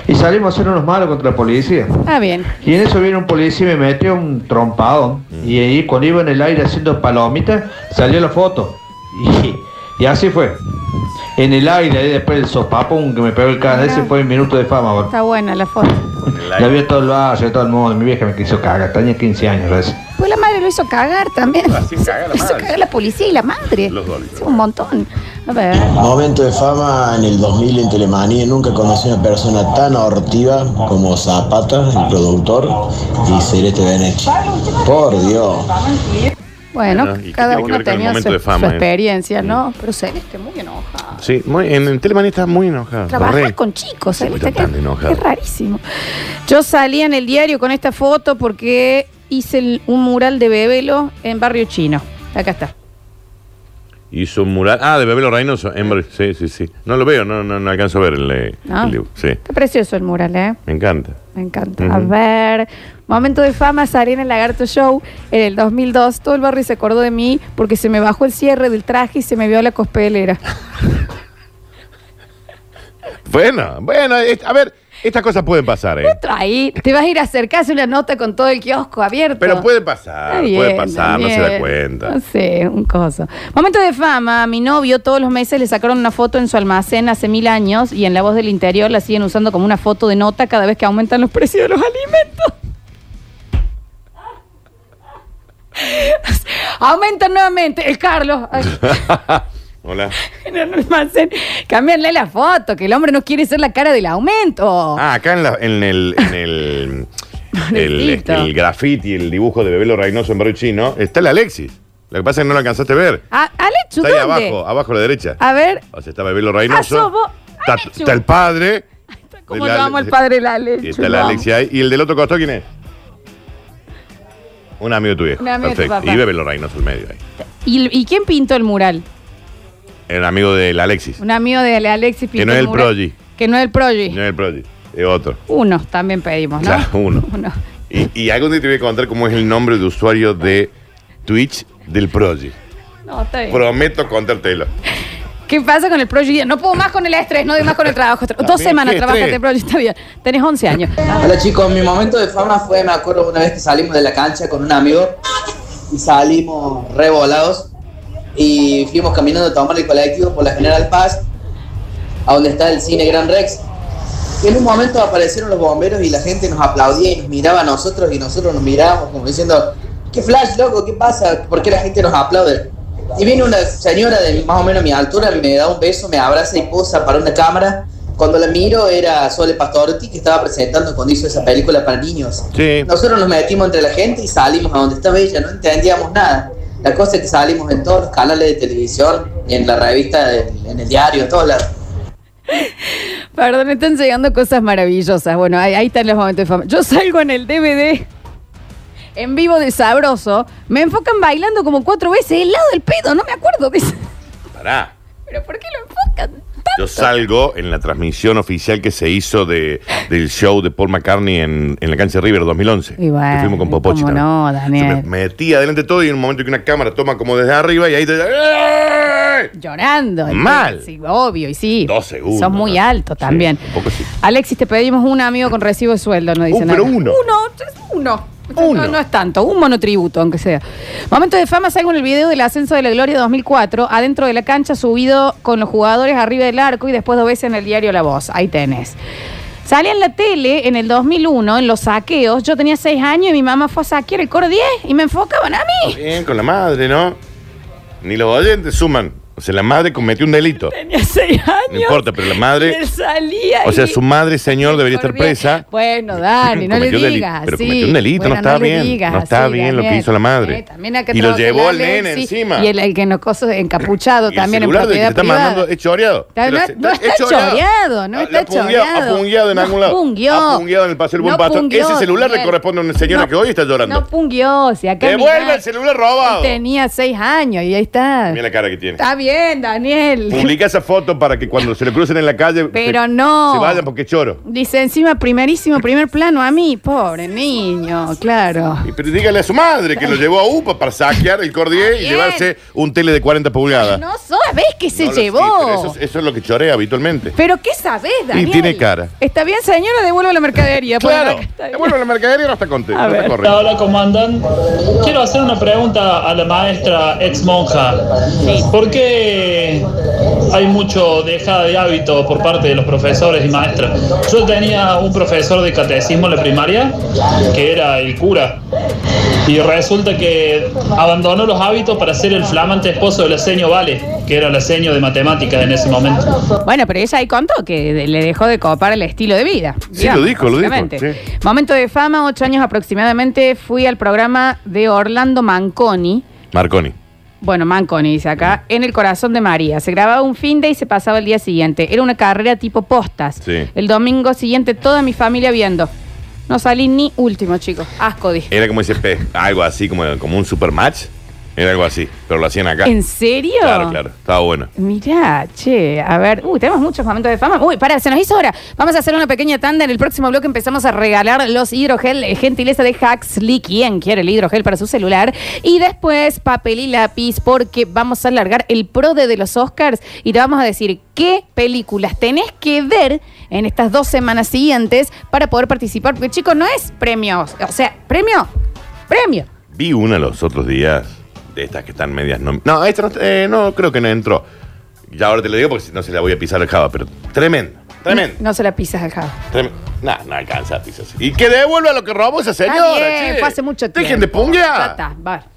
Speaker 9: y salimos a hacer unos malos contra la policía.
Speaker 1: Ah, bien.
Speaker 9: Y en eso vino un policía y me metió un trompadón, y ahí cuando iba en el aire haciendo palomitas, salió la foto. Y, y así fue. En el aire, y después el sopapón que me pegó el cara, ese fue mi minuto de fama, boludo.
Speaker 1: Está buena la foto.
Speaker 9: Ya vio todo el barrio, todo el mundo, mi vieja me quiso cagar, tenía 15 años, recién.
Speaker 1: Pues la madre lo hizo cagar también.
Speaker 2: Así Ah, caga la
Speaker 1: lo hizo
Speaker 2: madre.
Speaker 1: cagar la policía y la madre.
Speaker 2: Los dos.
Speaker 1: Sí, un montón. A ver.
Speaker 10: Momento de fama en el 2000 en Telemanía. Nunca conocí una persona tan hortiva como Zapata, el productor, y Celeste Benechi. Por Dios.
Speaker 1: Bueno,
Speaker 2: Bueno, ¿y qué
Speaker 1: cada
Speaker 2: tiene que
Speaker 1: uno
Speaker 2: ver con el
Speaker 1: tenía su,
Speaker 2: momento de fama,
Speaker 1: su
Speaker 2: eh?
Speaker 1: experiencia, ¿no? Pero Celeste, muy enojada.
Speaker 2: Sí, muy, en, en Telemanía está muy enojado.
Speaker 1: Trabajar
Speaker 2: Re.
Speaker 1: con chicos,
Speaker 2: Sí,
Speaker 1: Celeste,
Speaker 2: pero
Speaker 1: que-
Speaker 2: tan enojado.
Speaker 1: es rarísimo. Yo salí en el diario con esta foto porque hice el- un mural de Bebelo en Barrio Chino. Acá está.
Speaker 2: Hizo un mural. Ah, de Bebelo Reynoso. Embry. Sí, sí, sí. No lo veo, no, no, no alcanzo a ver el, eh,
Speaker 1: Ah.
Speaker 2: el libro. Sí,
Speaker 1: Está precioso el mural, ¿eh?
Speaker 2: me encanta.
Speaker 1: Me encanta.
Speaker 2: Ujú.
Speaker 1: A ver, momento de fama, salí en el Lagarto Show en el 2002. Todo el barrio se acordó de mí porque se me bajó el cierre del traje y se me vio la cospelera.
Speaker 2: Bueno, bueno, es- a ver, estas cosas pueden pasar, ¿eh?
Speaker 1: Traí, te vas a ir a acercar, hace una nota con todo el kiosco abierto.
Speaker 2: Pero puede
Speaker 1: Está
Speaker 2: pasar,
Speaker 1: bien,
Speaker 2: Ah, puede pasar, no se
Speaker 1: está
Speaker 2: da
Speaker 1: bien.
Speaker 2: cuenta.
Speaker 1: No sé, un coso. Momento de fama. Mi novio todos los meses le sacaron una foto en su almacén hace mil años y en La Voz del Interior la siguen usando como una foto de nota cada vez que aumentan los precios de los alimentos. aumentan nuevamente. El Carlos. ay,
Speaker 2: Hola.
Speaker 1: en el almacén. Cámbianle la foto, que el hombre no quiere ser la cara del aumento.
Speaker 2: Ah, acá en, la- en el. En el El,
Speaker 1: Pobrecito.
Speaker 2: el graffiti, el dibujo de Bebelo Reynoso en barrio chino, está el Alexis. Lo que pasa es que no lo alcanzaste a ver.
Speaker 1: A- Alechu,
Speaker 2: Está ahí
Speaker 1: ¿dónde? Ah,
Speaker 2: abajo, abajo a la derecha.
Speaker 1: A ver,
Speaker 2: O sea, está Bebelo
Speaker 1: Ah,
Speaker 2: Reynoso.
Speaker 1: sos vos. Ah,
Speaker 2: Está,
Speaker 1: Alechu.
Speaker 2: está el padre.
Speaker 1: ¿cómo
Speaker 2: El
Speaker 1: lo
Speaker 2: Ale-
Speaker 1: amo al padre del Alechu?
Speaker 2: Y está el
Speaker 1: lo amo.
Speaker 2: Alexis ahí. ¿Y el del otro costado quién es? Un amigo tuyo.
Speaker 1: Un amigo de tu
Speaker 2: Perfecto.
Speaker 1: papá.
Speaker 2: Y Bebelo Reynoso en medio ahí.
Speaker 1: ¿Y, y quién pintó el mural?
Speaker 2: El amigo del Alexis.
Speaker 1: Un amigo de Alexis pintó
Speaker 2: Que no es el
Speaker 1: mural.
Speaker 2: Prodigy.
Speaker 1: Que no es el Proji.
Speaker 2: No es el Prodigy, es otro.
Speaker 1: Uno también pedimos, ¿no?
Speaker 2: Claro, uno.
Speaker 1: Uno.
Speaker 2: Y, y algún día te voy a contar cómo es el nombre de usuario de Twitch del Prodigy.
Speaker 1: No, está bien.
Speaker 2: Prometo contártelo.
Speaker 1: ¿Qué pasa con el Proji? No puedo más con el estrés, no doy más con el trabajo. Dos
Speaker 2: bien,
Speaker 1: semanas
Speaker 2: ¿qué
Speaker 1: trabajaste
Speaker 2: estrés?
Speaker 1: Proji, está bien. Tenés 11 años.
Speaker 4: Hola chicos, mi momento de fama fue, me acuerdo una vez que salimos de la cancha con un amigo y salimos revolados y fuimos caminando a tomar el colectivo por la General Paz, a donde está el cine Gran Rex. Y en un momento aparecieron los bomberos y la gente nos aplaudía y nos miraba a nosotros y nosotros nos mirábamos como diciendo, ¿qué flash, loco? ¿Qué pasa? ¿Por qué la gente nos aplaude? Y viene una señora de más o menos mi altura, me da un beso, me abraza y posa para una cámara. Cuando la miro era Sole Pastoretti que estaba presentando cuando hizo esa película para niños.
Speaker 2: Sí.
Speaker 4: Nosotros nos metimos entre la gente y salimos a donde estaba ella, no entendíamos nada. La cosa es que salimos en todos los canales de televisión, en la revista, en el diario, en todos lados.
Speaker 1: Perdón, están llegando cosas maravillosas. Bueno, ahí, ahí están los momentos de fama. Yo salgo en el DVD. En vivo de Sabroso, me enfocan bailando como cuatro veces el lado del pedo, no me acuerdo de eso.
Speaker 2: Pará.
Speaker 1: ¿Pero por qué lo enfocan?
Speaker 2: Yo salgo en la transmisión oficial que se hizo de, del show de Paul McCartney en, en la cancha de River 2011.
Speaker 1: Y bueno,
Speaker 2: que fuimos con Popochi.
Speaker 1: cómo
Speaker 2: también.
Speaker 1: no,
Speaker 2: Yo
Speaker 1: Daniel.
Speaker 2: me metí adelante todo y en un momento que una cámara toma como desde arriba y ahí te... ¡Eh! mal.
Speaker 1: Llorando. el-
Speaker 2: Mal.
Speaker 1: Sí, obvio, y sí.
Speaker 2: Dos segundos.
Speaker 1: Son muy
Speaker 2: ¿no?
Speaker 1: alto
Speaker 2: Sí,
Speaker 1: también.
Speaker 2: un poco sí.
Speaker 1: Alexis, te pedimos un amigo con recibo de sueldo, no dice
Speaker 2: Uh,
Speaker 1: nada.
Speaker 2: pero uno.
Speaker 1: Uno, es uno.
Speaker 2: Uno.
Speaker 1: No, no es tanto, un monotributo, aunque sea. Momento de fama, salgo en el video del ascenso de la Gloria 2004, adentro de la cancha, subido con los jugadores arriba del arco y después dos veces en el diario La Voz. Ahí tenés. Salí en la tele en el 2001, en los saqueos. Yo tenía seis años y mi mamá fue a saquear el coro 10 y me enfocaban a mí.
Speaker 2: Bien, con la madre, ¿no? Ni los oyentes suman. O sea, la madre cometió un delito.
Speaker 1: Tenía seis años.
Speaker 2: No importa, pero la
Speaker 1: Me
Speaker 2: madre.
Speaker 1: salía
Speaker 2: O sea,
Speaker 1: y-
Speaker 2: su madre, señor, debería estar
Speaker 1: Corría.
Speaker 2: presa.
Speaker 1: Bueno, Dani, no le
Speaker 2: Cometió deli-
Speaker 1: digas.
Speaker 2: pero
Speaker 1: sí.
Speaker 2: cometió un delito, no estaba
Speaker 1: le
Speaker 2: bien,
Speaker 1: digas
Speaker 2: no estaba
Speaker 1: así,
Speaker 2: bien lo que
Speaker 1: Daniel. Eh,
Speaker 2: hizo la madre.
Speaker 1: también hay que
Speaker 2: Y lo
Speaker 1: trabajar
Speaker 2: llevó
Speaker 1: la
Speaker 2: al
Speaker 1: ley,
Speaker 2: nene
Speaker 1: sí.
Speaker 2: encima.
Speaker 1: Y el, el que no coso encapuchado
Speaker 2: Y el
Speaker 1: también en
Speaker 2: celular del que te
Speaker 1: propiedad
Speaker 2: está
Speaker 1: privada.
Speaker 2: mandando es choreado.
Speaker 1: Está-
Speaker 2: Pero
Speaker 1: no-
Speaker 2: se- eh,
Speaker 1: no está choreado, no
Speaker 2: Ah,
Speaker 1: está
Speaker 2: lo pungueado,
Speaker 1: choreado.
Speaker 2: Ha pungueado en
Speaker 1: No
Speaker 2: algún lado.
Speaker 1: pungueó.
Speaker 2: Ha pungueado en el paseo del buen
Speaker 1: No
Speaker 2: pastor.
Speaker 1: pungueó,
Speaker 2: Ese celular le
Speaker 1: Daniel.
Speaker 2: corresponde a una señora
Speaker 1: No,
Speaker 2: que hoy está llorando.
Speaker 1: No punguió, si acá.
Speaker 2: Devuelve
Speaker 1: mirá,
Speaker 2: el celular robado.
Speaker 1: él Tenía seis años y ahí está.
Speaker 2: Mira la cara que tiene.
Speaker 1: Está bien, Daniel.
Speaker 2: Publica esa foto para que cuando se le crucen en la calle.
Speaker 1: Pero
Speaker 2: se-
Speaker 1: no.
Speaker 2: Se vayan porque es choro.
Speaker 1: Dice encima primerísimo, primer plano a mí, pobre niño, claro.
Speaker 2: Y Pero dígale a su madre que lo llevó a UPA para saquear el cordier y
Speaker 1: bien.
Speaker 2: llevarse un tele de 40 pulgadas.
Speaker 1: No sabes que se
Speaker 2: No lo- sí,
Speaker 1: llevó.
Speaker 2: pero eso, es- eso es lo que chorea habitualmente.
Speaker 1: Pero ¿qué sabes, Daniel?
Speaker 2: tiene cara.
Speaker 1: Está bien, señora, devuelvo la mercadería. por
Speaker 2: Claro.
Speaker 1: acá está bien.
Speaker 2: Bueno, la mercadería no está contenta.
Speaker 1: A
Speaker 2: No está
Speaker 1: ver.
Speaker 2: corriendo.
Speaker 11: Hola, ¿cómo andan? Quiero hacer una pregunta a la maestra ex monja. ¿Por qué hay mucho dejada de hábito por parte de los profesores y maestras? Yo tenía un profesor de catecismo en la primaria, que era el cura, y resulta que abandonó los hábitos para ser el flamante esposo de la seño Vale, que era la seño de matemáticas en ese momento.
Speaker 1: Bueno, pero ella ahí contó que de- le dejó de copar el estilo de vida.
Speaker 2: Sí, lo dijo, lo dijo,
Speaker 1: básicamente.
Speaker 2: sí.
Speaker 1: Momento de fama, ocho años aproximadamente, fui al programa de Orlando Manconi.
Speaker 2: Marconi.
Speaker 1: Bueno, Manconi dice acá,
Speaker 2: Mm.
Speaker 1: en el corazón de María. Se grababa un fin de y se pasaba el día siguiente. Era una carrera tipo postas.
Speaker 2: Sí.
Speaker 1: El domingo siguiente toda mi familia viendo. No salí ni último, chicos. Asco, dije.
Speaker 2: Era como ese pez, algo así, como, como un supermatch. Era algo así, pero lo hacían acá.
Speaker 1: ¿En serio?
Speaker 2: Claro, claro. Estaba bueno.
Speaker 1: Mirá, che, a ver, uy, tenemos muchos momentos de fama. Uy, para, se nos hizo hora. Vamos a hacer una pequeña tanda. En el próximo bloque empezamos a regalar los hidrogel, eh, gentileza de Huxley, quien quiere el hidrogel para su celular. Y después papel y lápiz, porque vamos a alargar el prode de los Oscars y te vamos a decir qué películas tenés que ver en estas dos semanas siguientes para poder participar. Porque, chicos, no es premios. O sea, premio, premio.
Speaker 2: Vi una los otros días, de estas que están medias no. No, esta no, eh, no creo que no entró. Ya ahora te lo digo porque si no se la voy a pisar al Java, pero tremendo. Tremendo.
Speaker 1: No se la pisas al Java.
Speaker 2: tremendo. No, no alcanza a pisarse. Y que devuelva lo que robó esa señora.
Speaker 1: Está bien,
Speaker 2: che.
Speaker 1: fue hace mucho tiempo.
Speaker 2: Dejen de
Speaker 1: Ya
Speaker 2: punguear.
Speaker 1: está, va.